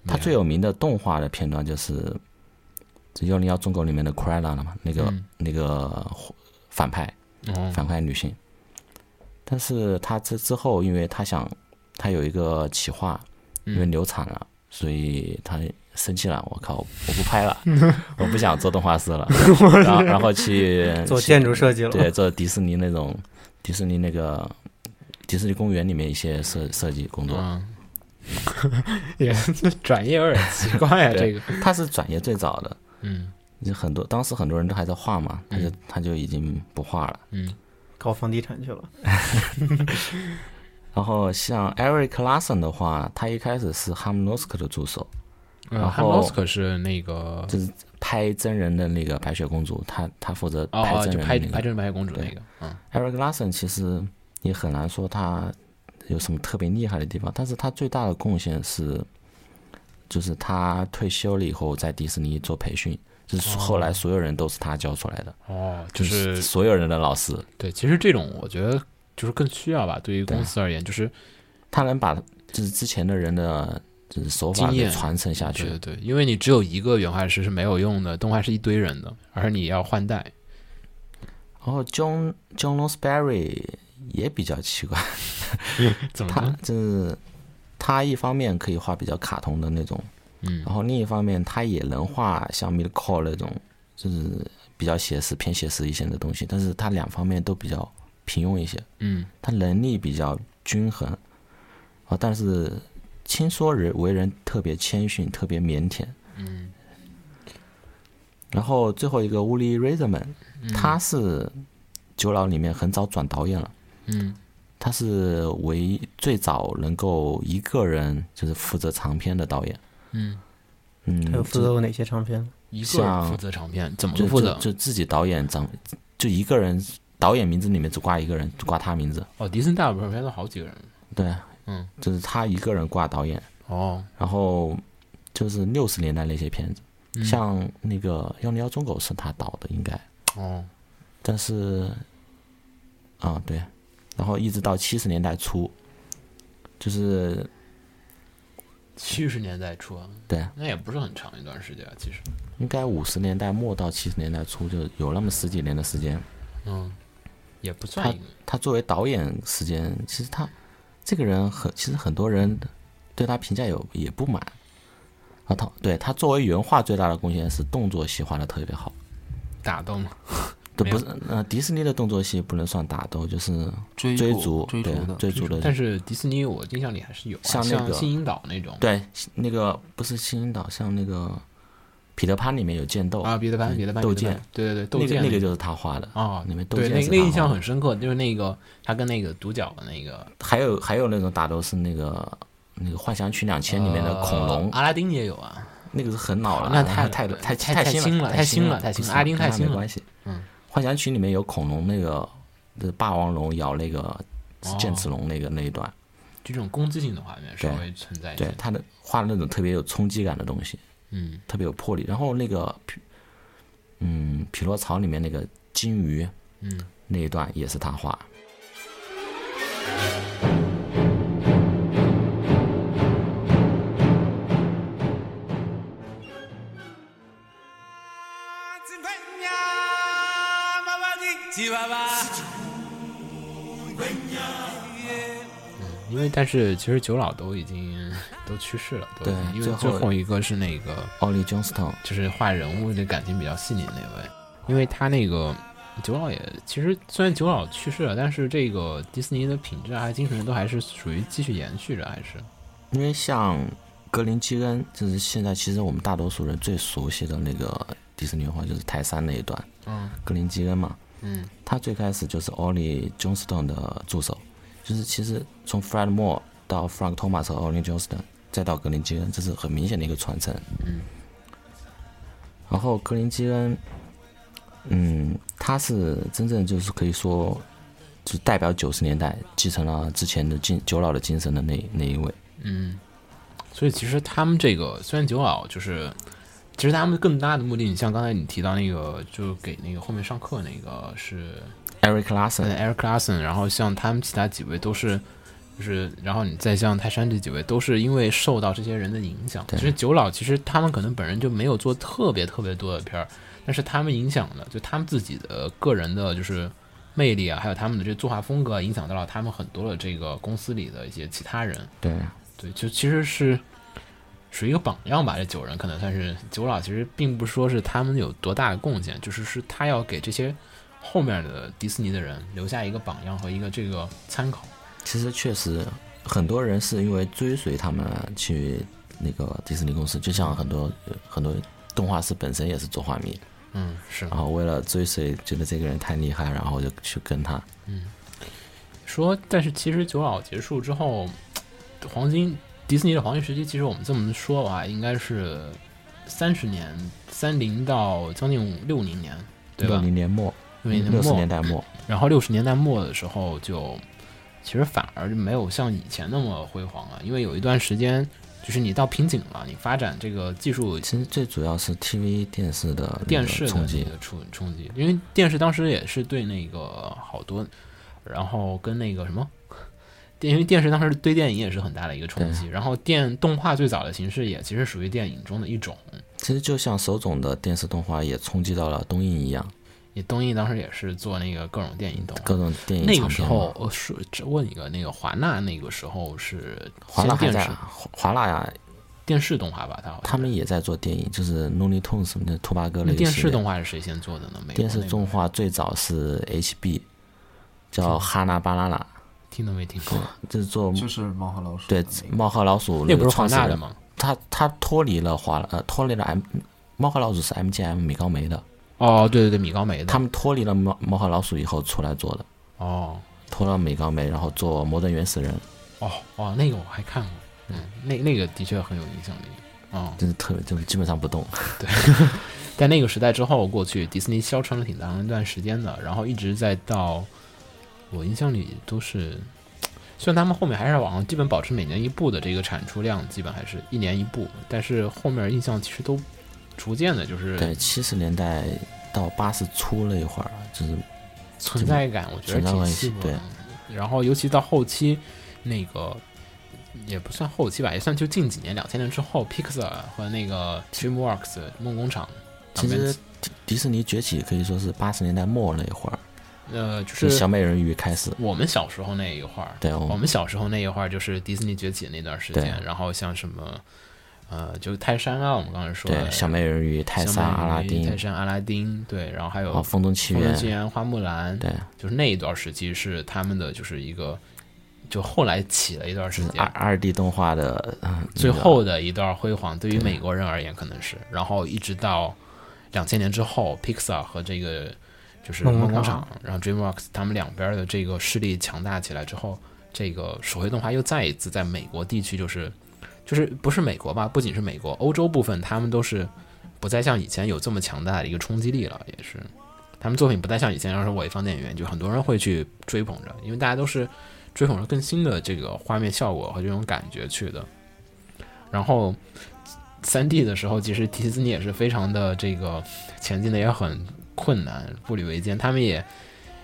[SPEAKER 1] 没
[SPEAKER 2] 他最
[SPEAKER 1] 有
[SPEAKER 2] 有名的动画的片段就是《幺零幺中国》里面的 Cruella 了嘛，那个、
[SPEAKER 1] 嗯
[SPEAKER 2] 那个反派
[SPEAKER 1] 哦
[SPEAKER 2] 反派女性。但是他这之后，因为他想他有一个企划，因为
[SPEAKER 1] 嗯
[SPEAKER 2] 流产了，所以他生气了，我靠，我不拍了，我不想做动画师了，然后然后去
[SPEAKER 4] 做
[SPEAKER 2] 去
[SPEAKER 4] 建筑设计了，
[SPEAKER 2] 对，做迪士尼那种迪士尼那个迪士尼公园里面一些设设计工作。
[SPEAKER 1] 嗯， (laughs) 也这转业有点奇怪 (laughs) 呀，这
[SPEAKER 2] 对
[SPEAKER 1] 个，
[SPEAKER 2] 他是转业最早的，
[SPEAKER 1] 嗯
[SPEAKER 2] 就很多当时很多人都还在画嘛，他就、他就已经不画了。
[SPEAKER 1] 嗯
[SPEAKER 4] 搞房地产去了。
[SPEAKER 2] 然后像 Eric Larson 的话，他一开始是 Hamnosk 的助手，
[SPEAKER 1] 呃
[SPEAKER 2] 然
[SPEAKER 1] 汉
[SPEAKER 2] 后
[SPEAKER 1] 罗斯可是那个
[SPEAKER 2] 就是拍真人的那个白雪公主，他他负责
[SPEAKER 1] 哦
[SPEAKER 2] 拍
[SPEAKER 1] 哦，
[SPEAKER 2] 真
[SPEAKER 1] 就
[SPEAKER 2] 人
[SPEAKER 1] 拍
[SPEAKER 2] 的
[SPEAKER 1] 拍
[SPEAKER 2] 那个。
[SPEAKER 1] 真白雪公主
[SPEAKER 2] 对
[SPEAKER 1] 那个，嗯
[SPEAKER 2] Eric Larson 其实也很难说他有什么特别厉害的地方，但是他最大的贡献是，就是他退休了以后在迪士尼做培训，就是后来所有人都是他教出来的，
[SPEAKER 1] 哦，就
[SPEAKER 2] 就是所有人的老师。
[SPEAKER 1] 对，其实这种我觉得就是更需要吧，对于公
[SPEAKER 2] 对
[SPEAKER 1] 司而言，就是
[SPEAKER 2] 他能把就是之前的人的就是手法
[SPEAKER 1] 经验
[SPEAKER 2] 给传承下去
[SPEAKER 1] 对。对对，因为你只有一个原画师是没有用的，动画是一堆人的，而你要换
[SPEAKER 2] (laughs)
[SPEAKER 1] 代，
[SPEAKER 2] 然后 John John Lonsberry 也比较奇怪，
[SPEAKER 1] 怎么
[SPEAKER 2] 他
[SPEAKER 1] 呢？
[SPEAKER 2] 就是他一方面可以画比较卡通的那种，
[SPEAKER 1] 嗯
[SPEAKER 2] 然后另一方面他也能画像 m i l c o 那种，就是比较写实偏写实一些的东西，但是他两方面都比较平庸一些，
[SPEAKER 1] 嗯
[SPEAKER 2] 他能力比较均衡啊，但是听说人为人特别谦逊，特别腼腆。
[SPEAKER 1] 嗯
[SPEAKER 2] 然后最后一个 Uli r a z e r m a n
[SPEAKER 1] 嗯
[SPEAKER 2] 他是九老里面很早转导演了，
[SPEAKER 1] 嗯
[SPEAKER 2] 他是唯最早能够一个人就是负责长片的导演。
[SPEAKER 1] 嗯，
[SPEAKER 4] 他有
[SPEAKER 2] 嗯，
[SPEAKER 4] 负责过哪些长片？
[SPEAKER 1] 一个人
[SPEAKER 2] 像
[SPEAKER 1] 负责长片，怎么
[SPEAKER 2] 就
[SPEAKER 1] 个负
[SPEAKER 2] 就
[SPEAKER 1] 责
[SPEAKER 2] 就？就自己导演长，就一个人导演名字里面只挂一个人，只挂他名字。
[SPEAKER 1] 哦，迪森大部分片都好几个人。
[SPEAKER 2] 对，
[SPEAKER 1] 嗯，
[SPEAKER 2] 就是他一个人挂导演。
[SPEAKER 1] 哦，
[SPEAKER 2] 然后就是六十年代那些片子，
[SPEAKER 1] 嗯
[SPEAKER 2] 像那个《幺零幺中狗》是他导的，应该。
[SPEAKER 1] 哦，
[SPEAKER 2] 但是，啊对，然后一直到七十年代初，就是
[SPEAKER 1] 七十年代初啊，
[SPEAKER 2] 对，
[SPEAKER 1] 那也不是很长一段时间啊，其实。
[SPEAKER 2] 应该五十年代末到七十年代初，就有那么十几年的时间。
[SPEAKER 1] 嗯，也不算一个。
[SPEAKER 2] 他作为导演时间，其实他这个人很，其实很多人对他评价有也不满。啊，他对他作为原画最大的贡献是动作戏画的特别好，
[SPEAKER 1] 打斗嘛，
[SPEAKER 2] 这
[SPEAKER 1] 没
[SPEAKER 2] 不
[SPEAKER 1] 有
[SPEAKER 2] 是呃迪士尼的动作戏不能算打斗，就是
[SPEAKER 3] 追
[SPEAKER 2] 追
[SPEAKER 3] 逐
[SPEAKER 2] 逐，
[SPEAKER 3] 追
[SPEAKER 2] 对
[SPEAKER 3] 逐的，
[SPEAKER 2] 追逐的
[SPEAKER 1] 但是迪士尼我印象里还是有啊，
[SPEAKER 2] 像那
[SPEAKER 1] 像
[SPEAKER 2] 个
[SPEAKER 1] 新引导那种
[SPEAKER 2] 对，那个不是新引导，像那个彼得潘里面有剑斗
[SPEAKER 1] 啊，彼得潘，
[SPEAKER 2] 嗯
[SPEAKER 1] 彼得潘，
[SPEAKER 2] 斗
[SPEAKER 1] 彼得潘
[SPEAKER 2] 剑，
[SPEAKER 1] 对对对，斗
[SPEAKER 2] 那个
[SPEAKER 1] 剑
[SPEAKER 2] 那个就是他画的，
[SPEAKER 1] 啊，
[SPEAKER 2] 里面斗
[SPEAKER 1] 对，
[SPEAKER 2] 剑
[SPEAKER 1] 那
[SPEAKER 2] 是
[SPEAKER 1] 那
[SPEAKER 2] 他
[SPEAKER 1] 印象
[SPEAKER 2] 画
[SPEAKER 1] 很深刻，就是那个他跟那个独角的那个
[SPEAKER 2] 还有还有那种打斗是那个那个《幻想曲两千》里面的恐龙
[SPEAKER 1] 呃，阿拉丁也有啊，
[SPEAKER 2] 那个是很老了，
[SPEAKER 1] 那太
[SPEAKER 2] 太
[SPEAKER 1] 老
[SPEAKER 2] 太
[SPEAKER 1] 了
[SPEAKER 2] 太
[SPEAKER 1] 太太
[SPEAKER 2] 新
[SPEAKER 1] 新了
[SPEAKER 2] 了，
[SPEAKER 1] 太新
[SPEAKER 2] 新
[SPEAKER 1] 了太
[SPEAKER 2] 不
[SPEAKER 1] 新
[SPEAKER 2] 是
[SPEAKER 1] 了阿丁
[SPEAKER 2] 跟
[SPEAKER 1] 太
[SPEAKER 2] 他
[SPEAKER 1] 新
[SPEAKER 2] 没
[SPEAKER 1] 了
[SPEAKER 2] 关系。
[SPEAKER 1] 嗯，
[SPEAKER 2] 幻想曲里面有恐龙那个就是霸王龙咬那个
[SPEAKER 1] 哦
[SPEAKER 2] 剑齿龙那个那一段，
[SPEAKER 1] 就这种攻击性的画面稍
[SPEAKER 2] 对
[SPEAKER 1] 微存在一
[SPEAKER 2] 对
[SPEAKER 1] 些。
[SPEAKER 2] 他的画的那种特别有冲击感的东西，
[SPEAKER 1] 嗯
[SPEAKER 2] 特别有魄力。然后那个匹嗯匹诺曹里面那个金鱼
[SPEAKER 1] 嗯，
[SPEAKER 2] 那一段也是他画。拜拜。
[SPEAKER 1] 因为但是其实九老都已经 (laughs) 都去世了，都
[SPEAKER 2] 对
[SPEAKER 1] 因
[SPEAKER 2] 最
[SPEAKER 1] 为
[SPEAKER 2] 后
[SPEAKER 1] 最后一个是那个
[SPEAKER 2] 奥利·琼斯顿，
[SPEAKER 1] 就是画人物的感情比较细腻的那位，因为他那个九老也其实虽然九老去世了，但是这个迪士尼的品质啊、还有精神都还是属于继续延续着，还是
[SPEAKER 2] 因为像格林基恩，就是现在其实我们大多数人最熟悉的那个迪士尼文化，就是台山那一段，
[SPEAKER 1] 嗯
[SPEAKER 2] 格林基恩嘛，
[SPEAKER 1] 嗯
[SPEAKER 2] 他最开始就是奥利· s t o n 的助手，就是其实从 Fred Moore 到 Frank Thomas 和奥利· s t o n 再到格林基恩，这是很明显的一个传承。
[SPEAKER 1] 嗯。
[SPEAKER 2] 然后格林基恩，嗯，他是真正就是可以说，就代表九十年代继承了之前的精九老的精神的那那一位。
[SPEAKER 1] 嗯，所以其实他们这个虽然九老就是，其实他们更大的目的，你像刚才你提到那个，就给那个后面上课那个是
[SPEAKER 2] Eric Larson，、
[SPEAKER 1] 嗯 Eric Larson，然后像他们其他几位都是，就是然后你再像泰山这几位都是因为受到这些人的影响。其
[SPEAKER 2] 对
[SPEAKER 1] 实九老其实他们可能本人就没有做特别特别多的片儿，但是他们影响的就他们自己的个人的就是魅力啊，还有他们的这作画风格啊，影响到了他们很多的这个公司里的一些其他人。
[SPEAKER 2] 对，
[SPEAKER 1] 对，就其实是属于一个榜样吧。这九人可能算是九老，其实并不是说是他们有多大的贡献，就是是他要给这些后面的迪士尼的人留下一个榜样和一个这个参考。
[SPEAKER 2] 其实确实很多人是因为追随他们去那个迪士尼公司，就像很多呃很多动画师本身也是做画迷，
[SPEAKER 1] 嗯，是
[SPEAKER 2] 然。后为了追随，觉得这个人太厉害，然后就去跟他。
[SPEAKER 1] 说，但是其实九老结束之后，黄金迪士尼的黄金时期，其实我们这么说吧，应该是三十年，三零到将近六零年，对
[SPEAKER 2] 六
[SPEAKER 1] 吧？
[SPEAKER 2] 零年末，
[SPEAKER 1] 六零年
[SPEAKER 2] 六十
[SPEAKER 1] 末
[SPEAKER 2] 年代末，
[SPEAKER 1] 然后六十年代末的时候就，其实反而就没有像以前那么辉煌啊了，因为有一段时间就是你到瓶颈了，你发展这个技术
[SPEAKER 2] 其实最主要是 TV 电视的那个
[SPEAKER 1] 电视的
[SPEAKER 2] 冲
[SPEAKER 1] 那
[SPEAKER 2] 击，
[SPEAKER 1] 个冲冲击，因为电视当时也是对那个好多，然后跟那个什么。电因为电视当时对电影也是很大的一个冲击，然后电动画最早的形式也其实属于电影中的一种，
[SPEAKER 2] 其实就像手冢的电视动画也冲击到了东映一样，
[SPEAKER 1] 也东映当时也是做那个各种电影动画，
[SPEAKER 2] 各种电影
[SPEAKER 1] 那
[SPEAKER 2] 长
[SPEAKER 1] 个时
[SPEAKER 2] 片嘛
[SPEAKER 1] 候，呃，是这问一个，那个华纳那个时候是
[SPEAKER 2] 华纳
[SPEAKER 1] 先
[SPEAKER 2] 还
[SPEAKER 1] 电
[SPEAKER 2] 在，
[SPEAKER 1] 视
[SPEAKER 2] 华华纳呀，
[SPEAKER 1] 电视动画吧？它好像
[SPEAKER 2] 他们也在做电影，就是 Looney Tunes 那兔八哥
[SPEAKER 1] 那
[SPEAKER 2] 类
[SPEAKER 1] 电
[SPEAKER 2] 型
[SPEAKER 1] 视。动画是谁先做的呢？美国
[SPEAKER 2] 电视
[SPEAKER 1] 那个
[SPEAKER 2] 动画最早是 HB，叫哈娜巴拉拉，
[SPEAKER 1] 听都没听过，
[SPEAKER 2] 就是做
[SPEAKER 3] 就是猫和老鼠
[SPEAKER 2] 对
[SPEAKER 3] 的那个
[SPEAKER 2] 猫和老鼠
[SPEAKER 1] 那不
[SPEAKER 2] 个
[SPEAKER 1] 是华
[SPEAKER 2] 创始
[SPEAKER 1] 纳
[SPEAKER 2] 人
[SPEAKER 1] 的吗？
[SPEAKER 2] 他他脱离了华呃脱离了 M 猫和老鼠是 MGM 米高梅的，
[SPEAKER 1] 哦，对对对，米高梅的。
[SPEAKER 2] 他们脱离了猫猫和老鼠以后出来做的，
[SPEAKER 1] 哦
[SPEAKER 2] 脱了米高梅，然后做摩登原始人，
[SPEAKER 1] 哦哦，那个我还看过，嗯，那那个的确很有影响力。哦，
[SPEAKER 2] 就是特别就是基本上不动。
[SPEAKER 1] 在那个时代之后过去，迪士尼消沉了挺长一段时间的，然后一直在到我印象里都是，虽然他们后面还是往上基本保持每年一部的这个产出量，基本还是一年一部，但是后面印象其实都逐渐的就是
[SPEAKER 2] 对，七十年代到八十初那一会儿，就是
[SPEAKER 1] 存在感，我觉得
[SPEAKER 2] 存在
[SPEAKER 1] 挺
[SPEAKER 2] 感
[SPEAKER 1] 稀薄的
[SPEAKER 2] 对。
[SPEAKER 1] 然后尤其到后期，那个也不算后期吧，也算就近几年两千年之后，Pixar 和那个 DreamWorks 梦工厂
[SPEAKER 2] 其
[SPEAKER 1] 两边
[SPEAKER 2] 实迪迪士尼崛起可以说是八十年代末那一会儿，
[SPEAKER 1] 呃就是是
[SPEAKER 2] 小美人鱼开始。
[SPEAKER 1] 我们小时候那一会儿，
[SPEAKER 2] 对，我
[SPEAKER 1] 我们小时候那一会儿就是迪士尼崛起那段时间，
[SPEAKER 2] 嗯对
[SPEAKER 1] 然后像什么，呃，就泰山啊，我们刚才说
[SPEAKER 2] 对
[SPEAKER 1] 的
[SPEAKER 2] 小美人鱼、泰
[SPEAKER 1] 小
[SPEAKER 2] 莎、
[SPEAKER 1] 美人鱼
[SPEAKER 2] 阿拉丁
[SPEAKER 1] 泰，山、阿拉丁，对，然后还有
[SPEAKER 2] 啊，
[SPEAKER 1] 《
[SPEAKER 2] 风中奇
[SPEAKER 1] 风
[SPEAKER 2] 缘
[SPEAKER 1] 中奇》，缘》、《花木兰》，
[SPEAKER 2] 对，
[SPEAKER 1] 就是那一段时期是他们的就是一个，就后来起了一段时
[SPEAKER 2] 就是
[SPEAKER 1] 间
[SPEAKER 2] 二，二 D 动画的嗯
[SPEAKER 1] 最
[SPEAKER 2] 那个
[SPEAKER 1] 后的一段辉煌，对于
[SPEAKER 2] 对
[SPEAKER 1] 美国人而言可能是，然后一直到两千年之后，Pixar 和这个就是
[SPEAKER 4] 梦工
[SPEAKER 1] 梦工
[SPEAKER 4] 厂
[SPEAKER 1] 厂，然后 DreamWorks 他们两边的这个势力强大起来之后，这个手绘动画又再一次在美国地区就是就是不是美国吧，不仅是美国，欧洲部分他们都是不再像以前有这么强大的一个冲击力了，也是。他们作品不再像以前要是我一放电影院，就很多人会去追捧着，因为大家都是追捧着更新的这个画面效果和这种感觉去的。然后三 D 的时候，其实迪士尼也是非常的这个前进的也很困难，步履维艰。他们也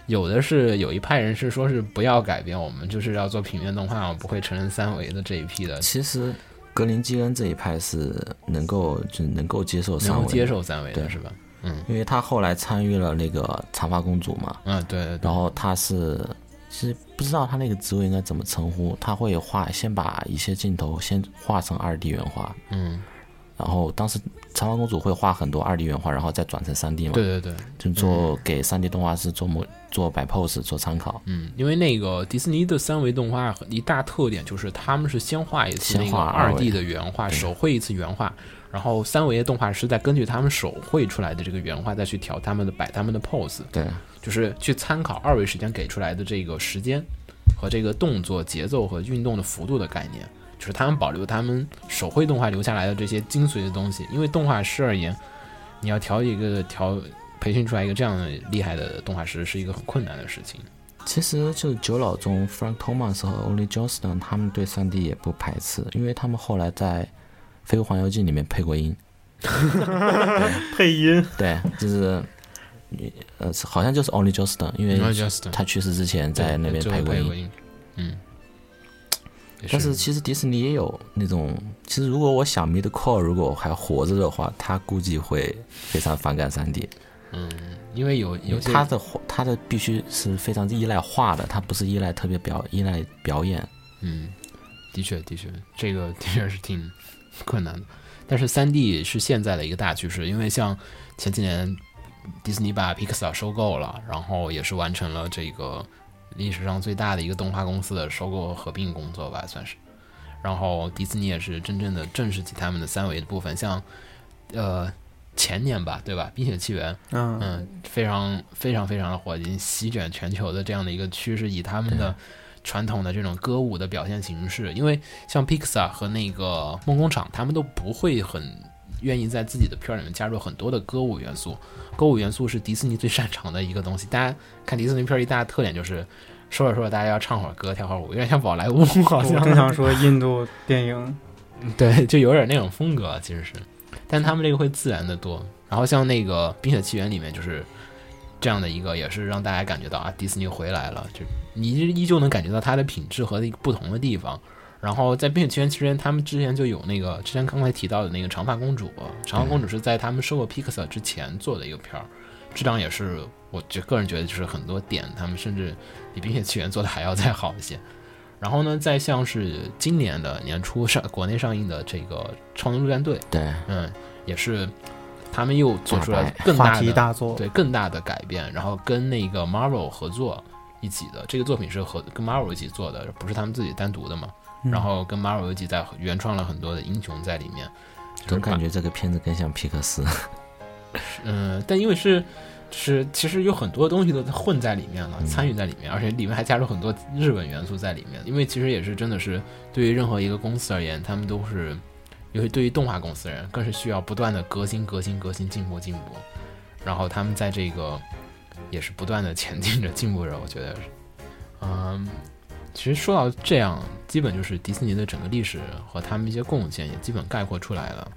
[SPEAKER 1] 有的是有一派人是说是不要改变，我们就是要做平面动画，我不会承认三维的这一批的，
[SPEAKER 2] 其实格林基恩这一派是能够就是能够接受
[SPEAKER 1] 能
[SPEAKER 2] 三
[SPEAKER 1] 够
[SPEAKER 2] 维，
[SPEAKER 1] 接受三维的
[SPEAKER 2] 对
[SPEAKER 1] 是吧？嗯
[SPEAKER 2] 因为他后来参与了那个长发公主嘛，
[SPEAKER 1] 嗯，对对对，
[SPEAKER 2] 然后他是其实不知道他那个职位应该怎么称呼，他会画先把一些镜头先画成二 D 原画，
[SPEAKER 1] 嗯，
[SPEAKER 2] 然后当时长发公主会画很多二 D 原画，然后再转成三 D 嘛，
[SPEAKER 1] 对对对，
[SPEAKER 2] 就做给三 D 动画师做模做摆 pose 做参考，
[SPEAKER 1] 嗯，因为那个迪士尼的三维动画很一大特点就是他们是先画一次
[SPEAKER 2] 先
[SPEAKER 1] 那个
[SPEAKER 2] 画二
[SPEAKER 1] 二
[SPEAKER 2] 维
[SPEAKER 1] D 的原画，手绘一次原画，然后三维的动画师再根据他们手绘出来的这个原画再去调他们的摆他们的 pose，
[SPEAKER 2] 对，
[SPEAKER 1] 就是去参考二维时间给出来的这个时间和这个动作节奏和运动的幅度的概念，就是他们保留他们手绘动画留下来的这些精髓的东西。因为动画师而言，你要调一个调培训出来一个这样的厉害的动画师是一个很困难的事情。
[SPEAKER 2] 其实就是九老中 Frank Thomas 和 Oli Johnston 他们对上帝也不排斥，因为他们后来在《飞屋环游记》里面配过音。
[SPEAKER 4] 配音
[SPEAKER 2] 对，就是呃，好像就是 Oli Johnston，因为
[SPEAKER 1] Roy Johnston
[SPEAKER 2] 他去世之前在那边
[SPEAKER 1] 对
[SPEAKER 2] 配过
[SPEAKER 1] 最后
[SPEAKER 2] 音。
[SPEAKER 1] 音，嗯。也
[SPEAKER 2] 但是其实迪士尼也有那种，其实如果我想 Mid Core 如果我还活着的话，他估计会非常反感三 D，
[SPEAKER 1] 因为有
[SPEAKER 2] 因
[SPEAKER 1] 有
[SPEAKER 2] 为
[SPEAKER 1] 些
[SPEAKER 2] 他的画他的必须是非常依赖画的，他不是依赖特别表依赖表演。
[SPEAKER 1] 嗯，的确，的确，这个的确是挺困难的。但是三 D 是现在的一个大趋势，因为像前几年迪士尼把 Pixar 收购了，然后也是完成了这个历史上最大的一个动画公司的收购和合并工作吧，算是。然后迪士尼也是真正的正视起他们的三维的部分，像呃前年吧，对吧，《冰雪奇缘》
[SPEAKER 4] 啊，
[SPEAKER 1] 嗯，非常非常非常的火，已经席卷全球的这样的一个趋势，以他们的传统的这种歌舞的表现形式，因为像 Pixar 和那个梦工厂，他们都不会很愿意在自己的片儿里面加入很多的歌舞元素。歌舞元素是迪士尼最擅长的一个东西。大家看迪士尼片儿一大特点就是，说着说着大家要唱会儿歌，跳会儿舞，有点像宝莱坞好
[SPEAKER 4] 我
[SPEAKER 1] 像。
[SPEAKER 4] 正想说印度电影，
[SPEAKER 1] (laughs) 对，就有点那种风格，其实是，但他们这个会自然的多。然后像那个《冰雪奇缘》里面就是这样的一个，也是让大家感觉到啊，迪士尼回来了，就你依旧能感觉到它的品质和不同的地方。然后在《冰雪奇缘》期间，他们之前就有那个之前刚才提到的那个长发公主，长发公主是在他们收购 Pixar 之前做的一个片儿，质量也是我觉个人觉得就是很多点，他们甚至比《冰雪奇缘》做的还要再好一些。然后呢，再像是今年的年初上国内上映的这个《超能陆战队》，
[SPEAKER 2] 对，
[SPEAKER 1] 嗯，也是他们又做出
[SPEAKER 2] 大
[SPEAKER 1] 了
[SPEAKER 2] 牌
[SPEAKER 1] 更
[SPEAKER 4] 话
[SPEAKER 1] 大
[SPEAKER 4] 题
[SPEAKER 1] 的
[SPEAKER 4] 大作，
[SPEAKER 1] 对更大的改变，然后跟那个 Marvel 合作一起的这个作品是和跟 Marvel 一起做的，不是他们自己单独的嘛。
[SPEAKER 4] 嗯
[SPEAKER 1] 然后跟 Marvel 一起在原创了很多的英雄在里面，
[SPEAKER 2] 总感
[SPEAKER 1] 觉
[SPEAKER 2] 觉这个片子更像皮克斯。
[SPEAKER 1] 嗯，但因为是是其实有很多东西都混在里面了，参与在里面，而且里面还加入很多日本元素在里面。因为其实也是真的是对于任何一个公司而言，他们都是，尤其对于动画公司而言，更是需要不断的革新、革新、革新、进步、进步。然后他们在这个也是不断的前进着、进步着，我觉得是，嗯。其实说到这样，基本就是迪士尼的整个历史和他们一些贡献也基本概括出来了。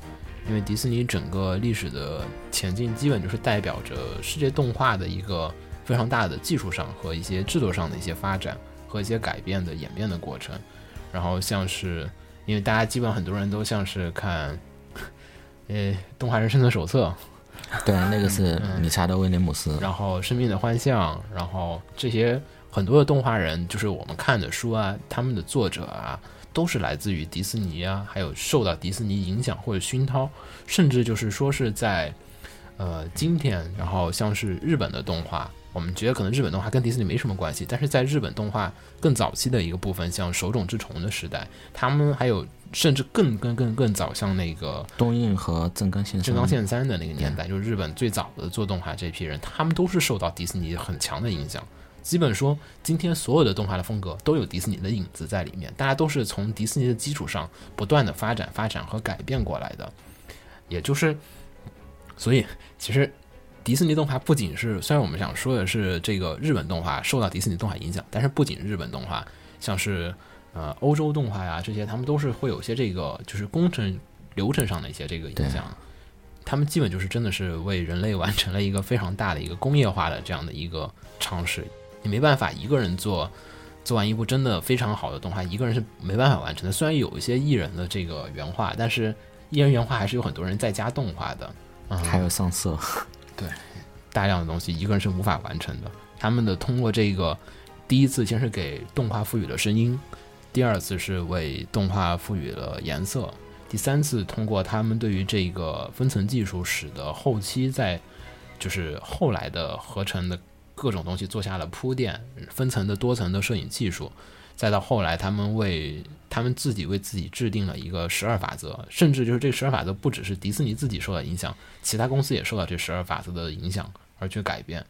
[SPEAKER 1] 因为迪士尼整个历史的前进，基本就是代表着世界动画的一个非常大的技术上和一些制作上的一些发展和一些改变的演变的过程。然后像是，因为大家基本很多人都像是看， (laughs) 呃，动画人生存手册，
[SPEAKER 2] 对，那
[SPEAKER 1] 嗯
[SPEAKER 2] 个是理查德·威廉姆斯。
[SPEAKER 1] 然后《生命的幻象》，然后这些很多的动画人，就是我们看的书啊，他们的作者啊，都是来自于迪士尼啊，还有受到迪士尼影响或者熏陶，甚至就是说是在呃今天，然后像是日本的动画。我们觉得可能日本动画跟迪士尼没什么关系，但是在日本动画更早期的一个部分，像手冢治虫的时代，他们还有甚至更更更更早，像那个
[SPEAKER 2] 东映和正冈宪
[SPEAKER 1] 正
[SPEAKER 2] 三，
[SPEAKER 1] 冈宪三的那个年代，就是日本最早的做动画这批人，他们都是受到迪士尼很强的影响。基本说，今天所有的动画的风格都有迪士尼的影子在里面，大家都是从迪士尼的基础上不断的发展、发展和改变过来的。也就是，所以其实迪士尼动画不仅是，虽然我们想说的是这个日本动画受到迪士尼动画影响，但是不仅日本动画，像是呃欧洲动画呀这些，他们都是会有一些这个就是工程流程上的一些这个影响。他们基本就是真的是为人类完成了一个非常大的一个工业化的这样的一个尝试。你没办法一个人做做完一部真的非常好的动画，一个人是没办法完成的。虽然有一些艺人的这个原画，但是艺人原画还是有很多人在家动画的。嗯，
[SPEAKER 2] 还有上色，
[SPEAKER 1] 对，大量的东西一个人是无法完成的。他们的通过这个，第一次先是给动画赋予了声音，第二次是为动画赋予了颜色，第三次通过他们对于这个分层技术，使得后期在就是后来的合成的各种东西做下了铺垫，分层的多层的摄影技术，再到后来他们为他们自己为自己制定了一个十二法则，甚至就是这十二法则不只是迪士尼自己受到影响，其他公司也受到这十二法则的影响而去改变。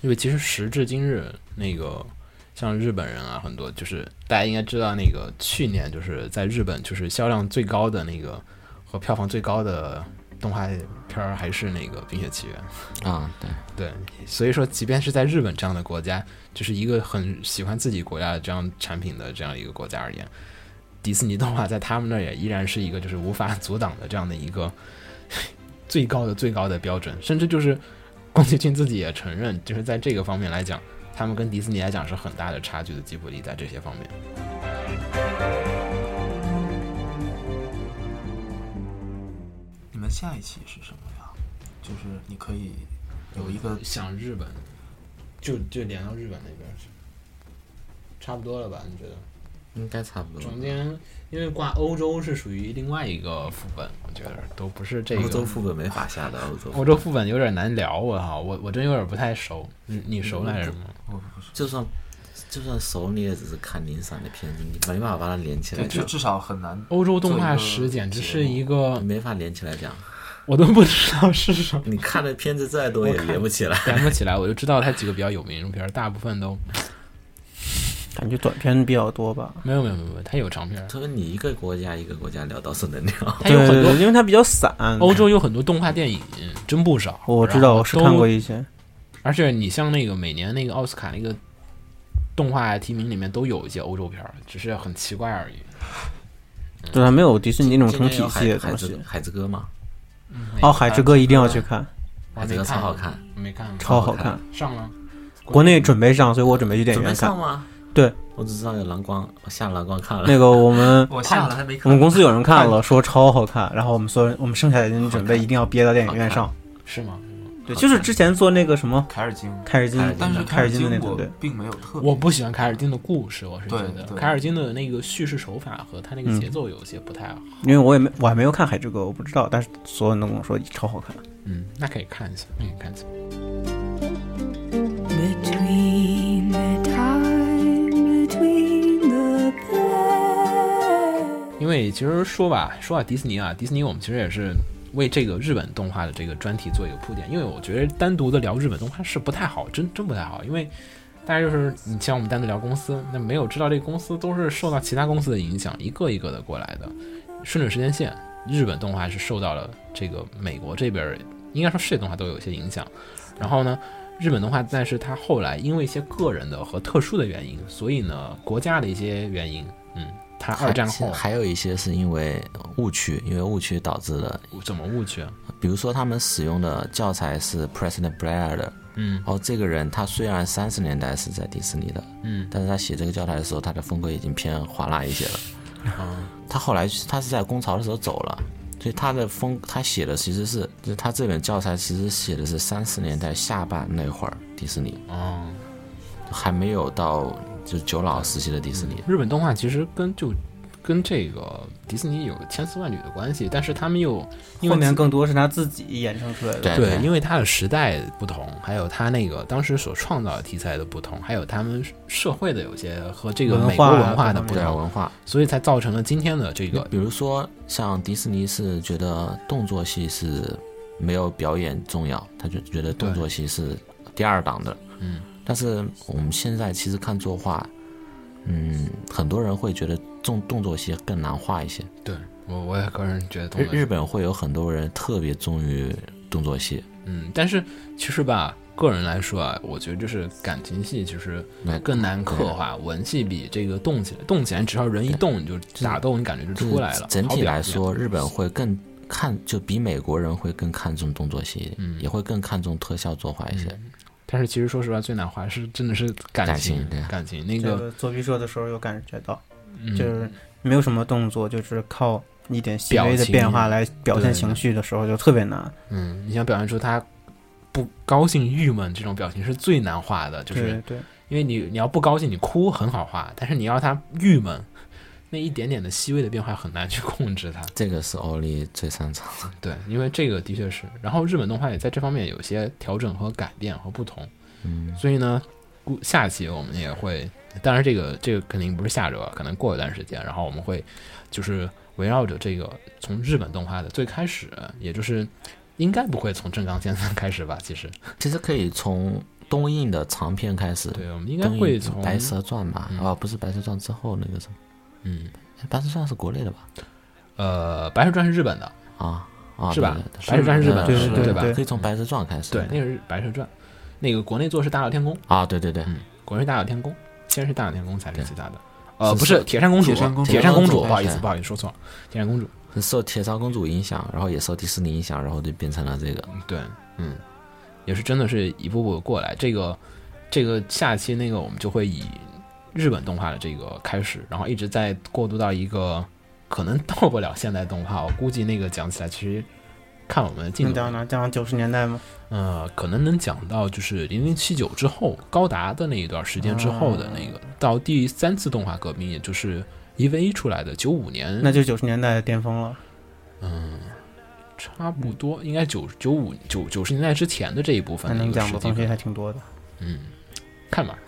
[SPEAKER 1] 因为其实时至今日，那个像日本人啊，很多就是大家应该知道，那个去年就是在日本就是销量最高的那个和票房最高的动画片儿还是那个《冰雪奇缘》。
[SPEAKER 2] 啊，对，
[SPEAKER 1] 对，所以说，即便是在日本这样的国家，就是一个很喜欢自己国家的这样产品的这样一个国家而言，迪士尼动画在他们那儿也依然是一个就是无法阻挡的这样的一个 (laughs) 最高的最高的标准，甚至就是宫崎骏自己也承认，就是在这个方面来讲，他们跟迪士尼来讲是很大的差距的。吉卜力在这些方面，
[SPEAKER 3] 你们下一期是什么呀？就是你可以有一个
[SPEAKER 1] 想日本，就就连到日本那边去，差不多了吧？你觉得？
[SPEAKER 2] 应该差不多。
[SPEAKER 1] 中间因为挂欧洲是属于另外一个副本，我觉得都不是这个。
[SPEAKER 5] 欧洲副本没法下的，欧洲
[SPEAKER 1] 欧洲副本有点难聊，我靠，我我真有点不太熟。你你熟来着吗？
[SPEAKER 2] 就算就算熟，你也只是看零散的片子，你没办法把它连起来
[SPEAKER 3] 对，就
[SPEAKER 2] 讲，
[SPEAKER 3] 至少很难。
[SPEAKER 1] 欧洲动画史简直是一个
[SPEAKER 2] 你，没法连起来讲。
[SPEAKER 1] (laughs) 我都不知道是什 (laughs) 么，
[SPEAKER 2] 你看的片子再多也连不起来。
[SPEAKER 1] 连不起来。我就知道它几个比较有名的片儿，大部分都
[SPEAKER 4] 感觉短片比较多吧。
[SPEAKER 1] 没有没有没有，没有它有长片儿。
[SPEAKER 2] 他说你一个国家一个国家聊，倒是能聊。
[SPEAKER 1] 它有很多
[SPEAKER 4] 对，因为它比较散。
[SPEAKER 1] 欧洲有很多动画电影，真不少。
[SPEAKER 4] 哦我知
[SPEAKER 1] 然
[SPEAKER 4] 道，
[SPEAKER 1] 后
[SPEAKER 4] 我是看
[SPEAKER 1] 都
[SPEAKER 4] 过一些。
[SPEAKER 1] 而且你像那个每年那个奥斯卡那个动画提名里面都有一些欧洲片儿，只是很奇怪而已。
[SPEAKER 4] 对，它没有迪士尼那种
[SPEAKER 2] 今
[SPEAKER 4] 成
[SPEAKER 2] 天有
[SPEAKER 4] 体
[SPEAKER 2] 海
[SPEAKER 4] 系的
[SPEAKER 2] 海
[SPEAKER 4] 东
[SPEAKER 2] 之
[SPEAKER 4] 西。
[SPEAKER 2] 海之歌嘛，
[SPEAKER 1] 嗯
[SPEAKER 4] 哦，《海之歌》一定要去看，
[SPEAKER 1] 我还
[SPEAKER 2] 海之
[SPEAKER 1] 没
[SPEAKER 2] 歌
[SPEAKER 1] 看，
[SPEAKER 2] 超好看，，
[SPEAKER 1] 没看，
[SPEAKER 4] 超好
[SPEAKER 2] 好看
[SPEAKER 4] 看。
[SPEAKER 1] 上了。
[SPEAKER 4] 国内准备上，所以我准备去电影
[SPEAKER 2] 准备
[SPEAKER 4] 院
[SPEAKER 2] 上
[SPEAKER 4] 看。
[SPEAKER 2] 吗？
[SPEAKER 4] 对，
[SPEAKER 2] 我只知道有蓝光，我下蓝光看了。
[SPEAKER 4] 那个我们
[SPEAKER 3] (laughs) 我下了还没
[SPEAKER 4] 我们公司有人看了，说超好看，然后我们所有人，我们剩下的人准备一定要憋到电影院上。
[SPEAKER 1] 是吗？
[SPEAKER 4] 对，就是之前做那个什么
[SPEAKER 3] 凯尔金，
[SPEAKER 4] 凯尔金
[SPEAKER 2] 凯尔，
[SPEAKER 3] 但是
[SPEAKER 4] 凯尔金的那
[SPEAKER 3] 我
[SPEAKER 4] 种，对，
[SPEAKER 3] 并没有特别。
[SPEAKER 1] 我不喜欢凯尔金的故事，我是觉
[SPEAKER 3] 对
[SPEAKER 1] 得
[SPEAKER 3] 对
[SPEAKER 1] 凯尔金的那个叙事手法和他那个
[SPEAKER 4] 嗯
[SPEAKER 1] 节奏有些不太好。
[SPEAKER 4] 因为我也没我还没有看《海之歌》，我不知道，但是所有人都跟我说超好看。
[SPEAKER 1] 嗯，那可以看一下，那可以看一下。
[SPEAKER 6] Between the time, between the bed.
[SPEAKER 1] 因为其实说吧，说到迪士尼啊，迪士尼我们其实也是为这个日本动画的这个专题做一个铺垫，因为我觉得单独的聊日本动画是不太好，真真不太好，因为大家就是你像我们单独聊公司，那没有知道这个公司都是受到其他公司的影响，一个一个的过来的，顺着时间线，日本动画是受到了这个美国这边儿应该说世界动画都有一些影响，然后呢。日本动画，但是它后来因为一些个人的和特殊的原因，所以呢，国家的一些原因，嗯，它
[SPEAKER 2] 还
[SPEAKER 1] 二战
[SPEAKER 2] 其实
[SPEAKER 1] 后
[SPEAKER 2] 还有一些是因为误区，因为误区导致了，
[SPEAKER 1] 怎么误区啊？
[SPEAKER 2] 比如说他们使用的教材是 President Blair 的，
[SPEAKER 1] 嗯
[SPEAKER 2] 哦，这个人他虽然三十年代是在迪士尼的，
[SPEAKER 1] 嗯
[SPEAKER 2] 但是他写这个教材的时候，他的风格已经偏华纳一些了。
[SPEAKER 1] 啊
[SPEAKER 2] 他后来他是在工潮的时候走了，所以他的风他写的其实是，就是他这本教材其实写的是三十年代下半那会儿迪士尼
[SPEAKER 1] 哦，
[SPEAKER 2] 还没有到就是九老时期的迪士尼。
[SPEAKER 1] 日本动画其实跟就跟这个迪士尼有千丝万缕的关系，但是他们又因为
[SPEAKER 4] 后面更多是他自己衍生出来的。
[SPEAKER 2] 对
[SPEAKER 1] 对，因为它的时代不同，还有它那个当时所创造的题材的不同，还有他们社会的有些和这个
[SPEAKER 4] 文
[SPEAKER 1] 美国
[SPEAKER 4] 化
[SPEAKER 1] 文化的
[SPEAKER 4] 各
[SPEAKER 1] 不
[SPEAKER 2] 对
[SPEAKER 4] 方面
[SPEAKER 2] 啊，
[SPEAKER 1] 同，
[SPEAKER 2] 文化，
[SPEAKER 1] 所以才造成了今天的这个
[SPEAKER 2] 比如说像迪士尼是觉得动作戏是没有表演重要，他就觉得动作戏是第二档的。
[SPEAKER 1] 嗯，
[SPEAKER 2] 但是我们现在其实看作画，嗯，很多人会觉得动动作戏更难画一些。
[SPEAKER 1] 对我我也个人觉得动
[SPEAKER 2] 日
[SPEAKER 1] 漫
[SPEAKER 2] 日本会有很多人特别忠于动作戏，
[SPEAKER 1] 嗯，但是其实吧，个人来说啊，我觉得就是感情戏其实
[SPEAKER 2] 那
[SPEAKER 1] 更难刻画，文戏比这个动起来，动起来只要人一动，你就打斗，你感觉就出来了。
[SPEAKER 2] 整
[SPEAKER 1] 好
[SPEAKER 2] 体
[SPEAKER 1] 表
[SPEAKER 2] 来
[SPEAKER 1] 现，
[SPEAKER 2] 说，日本会更看，就比美国人会更看重动作戏，
[SPEAKER 1] 嗯
[SPEAKER 2] 也会更看重特效作画一些。
[SPEAKER 1] 但是其实说实话，最难画是真的是感
[SPEAKER 2] 感
[SPEAKER 1] 情
[SPEAKER 2] 情对，啊
[SPEAKER 1] 感情那
[SPEAKER 4] 这
[SPEAKER 1] 个
[SPEAKER 4] 个做毕设的时候有感觉到，
[SPEAKER 1] 嗯
[SPEAKER 4] 就是没有什么动作，就是靠一点细微
[SPEAKER 1] 表
[SPEAKER 4] 的
[SPEAKER 1] 情
[SPEAKER 4] 变化来表现
[SPEAKER 1] 对
[SPEAKER 4] 情绪的时候就特别难。
[SPEAKER 1] 嗯，你想表现出他。不高兴、郁闷这种表情是最难画的，就是
[SPEAKER 7] 对对，
[SPEAKER 1] 因为你你要不高兴，你哭很好画，但是你要他郁闷，那一点点的细微的变化很难去控制它。
[SPEAKER 2] 这个是欧力最擅长的。
[SPEAKER 1] 对，因为这个的确是，然后日本动画也在这方面有些调整和改变和不同，
[SPEAKER 2] 嗯，
[SPEAKER 1] 所以呢，估下期我们也会，当然这个这个肯定不是下周啊，可能过一段时间，然后我们会就是围绕着这个从日本动画的最开始，也就是应该不会从正冈先生开始吧？其实，
[SPEAKER 2] 其实可以从东映的长片开始，
[SPEAKER 1] 对，我们应该
[SPEAKER 2] 东映
[SPEAKER 1] 会从
[SPEAKER 2] 白蛇传》吧？
[SPEAKER 1] 嗯
[SPEAKER 2] 啊，不是《白蛇传》之后那个什么，
[SPEAKER 1] 嗯
[SPEAKER 2] 哎白蛇传》是国内的吧？
[SPEAKER 1] 呃，白蛇传是日本的，
[SPEAKER 2] 啊啊，
[SPEAKER 1] 是吧
[SPEAKER 2] 对对对
[SPEAKER 1] 白蛇传是日本
[SPEAKER 2] 嗯
[SPEAKER 1] 的
[SPEAKER 2] 嗯
[SPEAKER 1] 对对
[SPEAKER 2] 吧
[SPEAKER 7] 对？
[SPEAKER 2] 可以从《白蛇传》开始。
[SPEAKER 1] 对，那个是白蛇传，那个国内做是大闹天宫，
[SPEAKER 2] 啊，对对对，
[SPEAKER 1] 嗯国内是大闹天宫，先是大闹天宫，才是
[SPEAKER 2] 对
[SPEAKER 1] 其他的。呃，
[SPEAKER 2] 是
[SPEAKER 1] 不是
[SPEAKER 2] 是
[SPEAKER 1] 铁扇公主，啊
[SPEAKER 3] 铁扇公主
[SPEAKER 1] 铁扇公主，
[SPEAKER 2] 铁扇公主
[SPEAKER 1] 不好意思，
[SPEAKER 2] 对
[SPEAKER 1] 不好意思，说错了，铁扇公主。
[SPEAKER 2] 是受《铁扇公主》影响，然后也受迪士尼影响，然后就变成了这个。
[SPEAKER 1] 对，嗯，也是真的是一步步过来。这个这个下期那个我们就会以日本动画的这个开始，然后一直在过渡到一个可能到不了现代动画，我估计那个讲起来其实看我们的进
[SPEAKER 7] 能
[SPEAKER 1] 度，
[SPEAKER 7] 讲哪讲九十年代吗？
[SPEAKER 1] 呃，可能能讲到就是零零七九之后高达的那一段时间之后的那个，到第三次动画革命，也就是 EVA 出来的九五年，
[SPEAKER 7] 那就九十年代的巅峰了。
[SPEAKER 1] 嗯。差不多应该九九五九九十年代之前的这一部分
[SPEAKER 7] 那
[SPEAKER 1] 的一
[SPEAKER 7] 能
[SPEAKER 1] 个
[SPEAKER 7] 讲
[SPEAKER 1] 时
[SPEAKER 7] 的
[SPEAKER 1] 期
[SPEAKER 7] 东
[SPEAKER 1] 可
[SPEAKER 7] 西
[SPEAKER 1] 能
[SPEAKER 7] 还挺多的。
[SPEAKER 1] 嗯，看吧。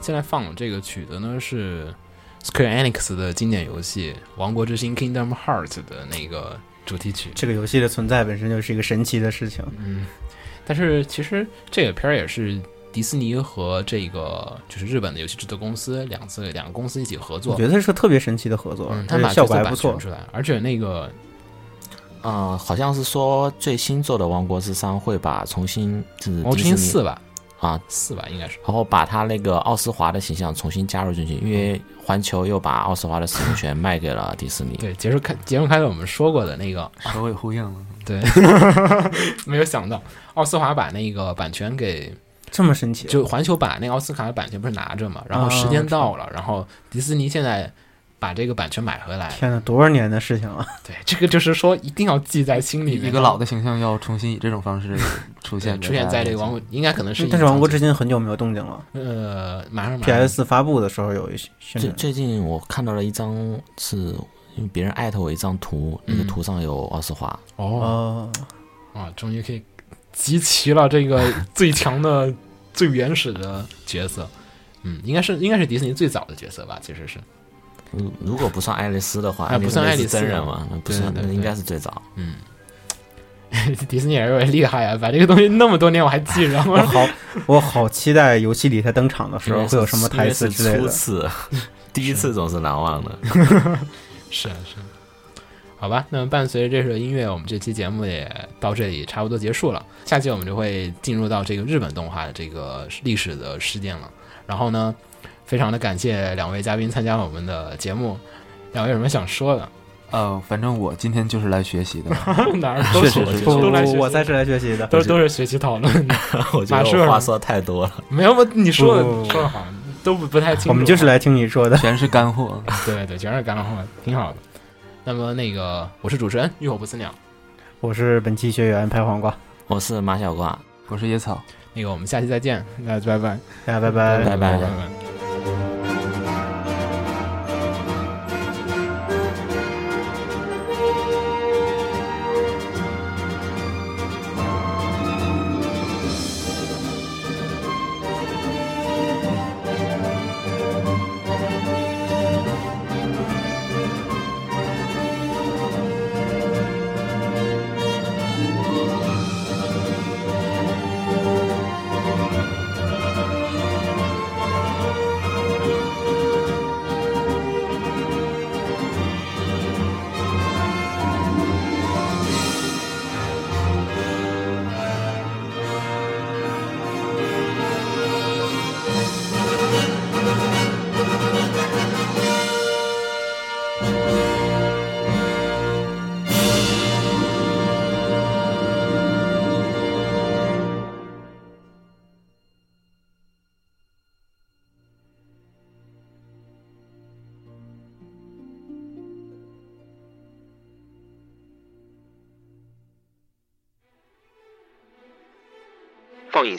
[SPEAKER 1] 现在放的这个曲子呢是 Square Enix 的经典游戏《王国之心》Kingdom Hearts 的那个主题曲。
[SPEAKER 7] 这个游戏的存在本身就是一个神奇的事情。
[SPEAKER 1] 嗯，但是其实这个片儿也是迪士尼和这个就是日本的游戏制作公司两次两个公司一起合
[SPEAKER 7] 我
[SPEAKER 1] 作
[SPEAKER 7] 觉，得是个特别神奇的合作
[SPEAKER 1] 嗯，，他
[SPEAKER 7] 而
[SPEAKER 1] 们
[SPEAKER 7] 且效
[SPEAKER 1] 把角
[SPEAKER 7] 果
[SPEAKER 1] 色
[SPEAKER 7] 还
[SPEAKER 1] 版
[SPEAKER 7] 不
[SPEAKER 1] 权
[SPEAKER 7] 错。
[SPEAKER 1] 出来，而且那个
[SPEAKER 2] 呃，好像是说最新做的《王国之三》会把重新就是
[SPEAKER 1] 《魔之
[SPEAKER 2] 迪士
[SPEAKER 1] 心
[SPEAKER 2] 尼
[SPEAKER 1] 哦四》吧，
[SPEAKER 2] 啊，
[SPEAKER 1] 四吧应该是，
[SPEAKER 2] 然后把他那个奥斯华的形象重新加入进去，因为环球又把奥斯华的使用权卖给了迪士尼。
[SPEAKER 1] 对，节目开节目开头我们说过的那个，
[SPEAKER 3] 首尾呼应了。
[SPEAKER 1] 对，没有想到奥斯华把那个版权给
[SPEAKER 7] 这么神奇，
[SPEAKER 1] 就环球把那个奥斯卡的版权不是拿着嘛，然后
[SPEAKER 7] 啊
[SPEAKER 1] 时间
[SPEAKER 7] 我知道
[SPEAKER 1] 到了，然后迪士尼现在把这个版权买回来，
[SPEAKER 7] 天哪，多少年的事情啊！
[SPEAKER 1] 对，这个就是说一定要记在心里面，
[SPEAKER 3] 一个老的形象要重新以这种
[SPEAKER 1] (laughs)
[SPEAKER 3] 方式出
[SPEAKER 1] 对
[SPEAKER 3] 现，
[SPEAKER 1] 出现在这个王国，应该可能是
[SPEAKER 7] 但是《王国
[SPEAKER 1] 之
[SPEAKER 7] 之心》很久没有动静了。
[SPEAKER 1] 呃，马上马上
[SPEAKER 7] PS 发布的时候有一些宣
[SPEAKER 2] 最
[SPEAKER 7] 传，
[SPEAKER 2] 最近我看到了一张是因为别人艾特我一张图，那
[SPEAKER 1] 嗯
[SPEAKER 2] 个图上有奥斯华，
[SPEAKER 1] 哦
[SPEAKER 7] 哦，
[SPEAKER 1] 啊，终于可以集齐了这个最强的、 (laughs) 最原始的角色。嗯，应该是应该是迪士尼最早的角色吧，其实是
[SPEAKER 2] 如如果不算爱丽丝的话，
[SPEAKER 1] 啊不算
[SPEAKER 2] 那
[SPEAKER 1] 爱丽
[SPEAKER 2] 是
[SPEAKER 1] 丝
[SPEAKER 2] 真人嘛，那不
[SPEAKER 1] 对
[SPEAKER 2] 算，
[SPEAKER 1] 对
[SPEAKER 2] 那
[SPEAKER 1] 对
[SPEAKER 2] 应该是最早。
[SPEAKER 1] 嗯。 (laughs) 迪士尼也是厉害啊，把这个东西那么多年我还记着。
[SPEAKER 7] 我
[SPEAKER 1] (laughs)
[SPEAKER 7] 好，我好期待游戏里他登场的时
[SPEAKER 2] 因
[SPEAKER 7] 候
[SPEAKER 2] 为
[SPEAKER 7] 会有
[SPEAKER 2] 是
[SPEAKER 7] 什么台词
[SPEAKER 1] (laughs)
[SPEAKER 7] 之类
[SPEAKER 2] 因为是初
[SPEAKER 7] 的。
[SPEAKER 2] 次， (laughs) 第一次总是难忘的。
[SPEAKER 1] 是啊是啊，好吧，那么伴随着这首音乐，我们这期节目也到这里差不多结束了。下期我们就会进入到这个日本动画的这个历史的事件了。然后呢，非常的感谢两位嘉宾参加我们的节目，两位有什么想说的？
[SPEAKER 3] 呃，反正我今天就是来学习的，
[SPEAKER 1] (laughs) 哪儿都是
[SPEAKER 3] 确实是
[SPEAKER 7] 不不
[SPEAKER 1] 都来学
[SPEAKER 7] 不，
[SPEAKER 1] 习
[SPEAKER 7] 我才是来学习的。
[SPEAKER 1] 都是都是学习讨论的，
[SPEAKER 2] 我觉
[SPEAKER 1] 马
[SPEAKER 2] 得
[SPEAKER 1] 顺
[SPEAKER 2] 我
[SPEAKER 1] 儿
[SPEAKER 2] 话说太多了。
[SPEAKER 1] 没有我你说的
[SPEAKER 7] 不不不
[SPEAKER 1] 说的好像都不不太清楚。
[SPEAKER 7] 我
[SPEAKER 1] 啊
[SPEAKER 7] 们就是来听你说的。
[SPEAKER 3] 全是干货。
[SPEAKER 1] 对对，全是干货，挺好的。那么那个，我是主持人浴火不死鸟。
[SPEAKER 7] 我是本期学员拍黄瓜，
[SPEAKER 2] 我是马小挂，
[SPEAKER 3] 我是野草，
[SPEAKER 1] 那个，我们下期再见，大家拜拜，
[SPEAKER 7] 大家拜拜。
[SPEAKER 2] 拜拜
[SPEAKER 1] 拜拜。
[SPEAKER 6] 「
[SPEAKER 8] 放映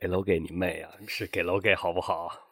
[SPEAKER 9] 给楼给你妹啊！是给楼给好不好？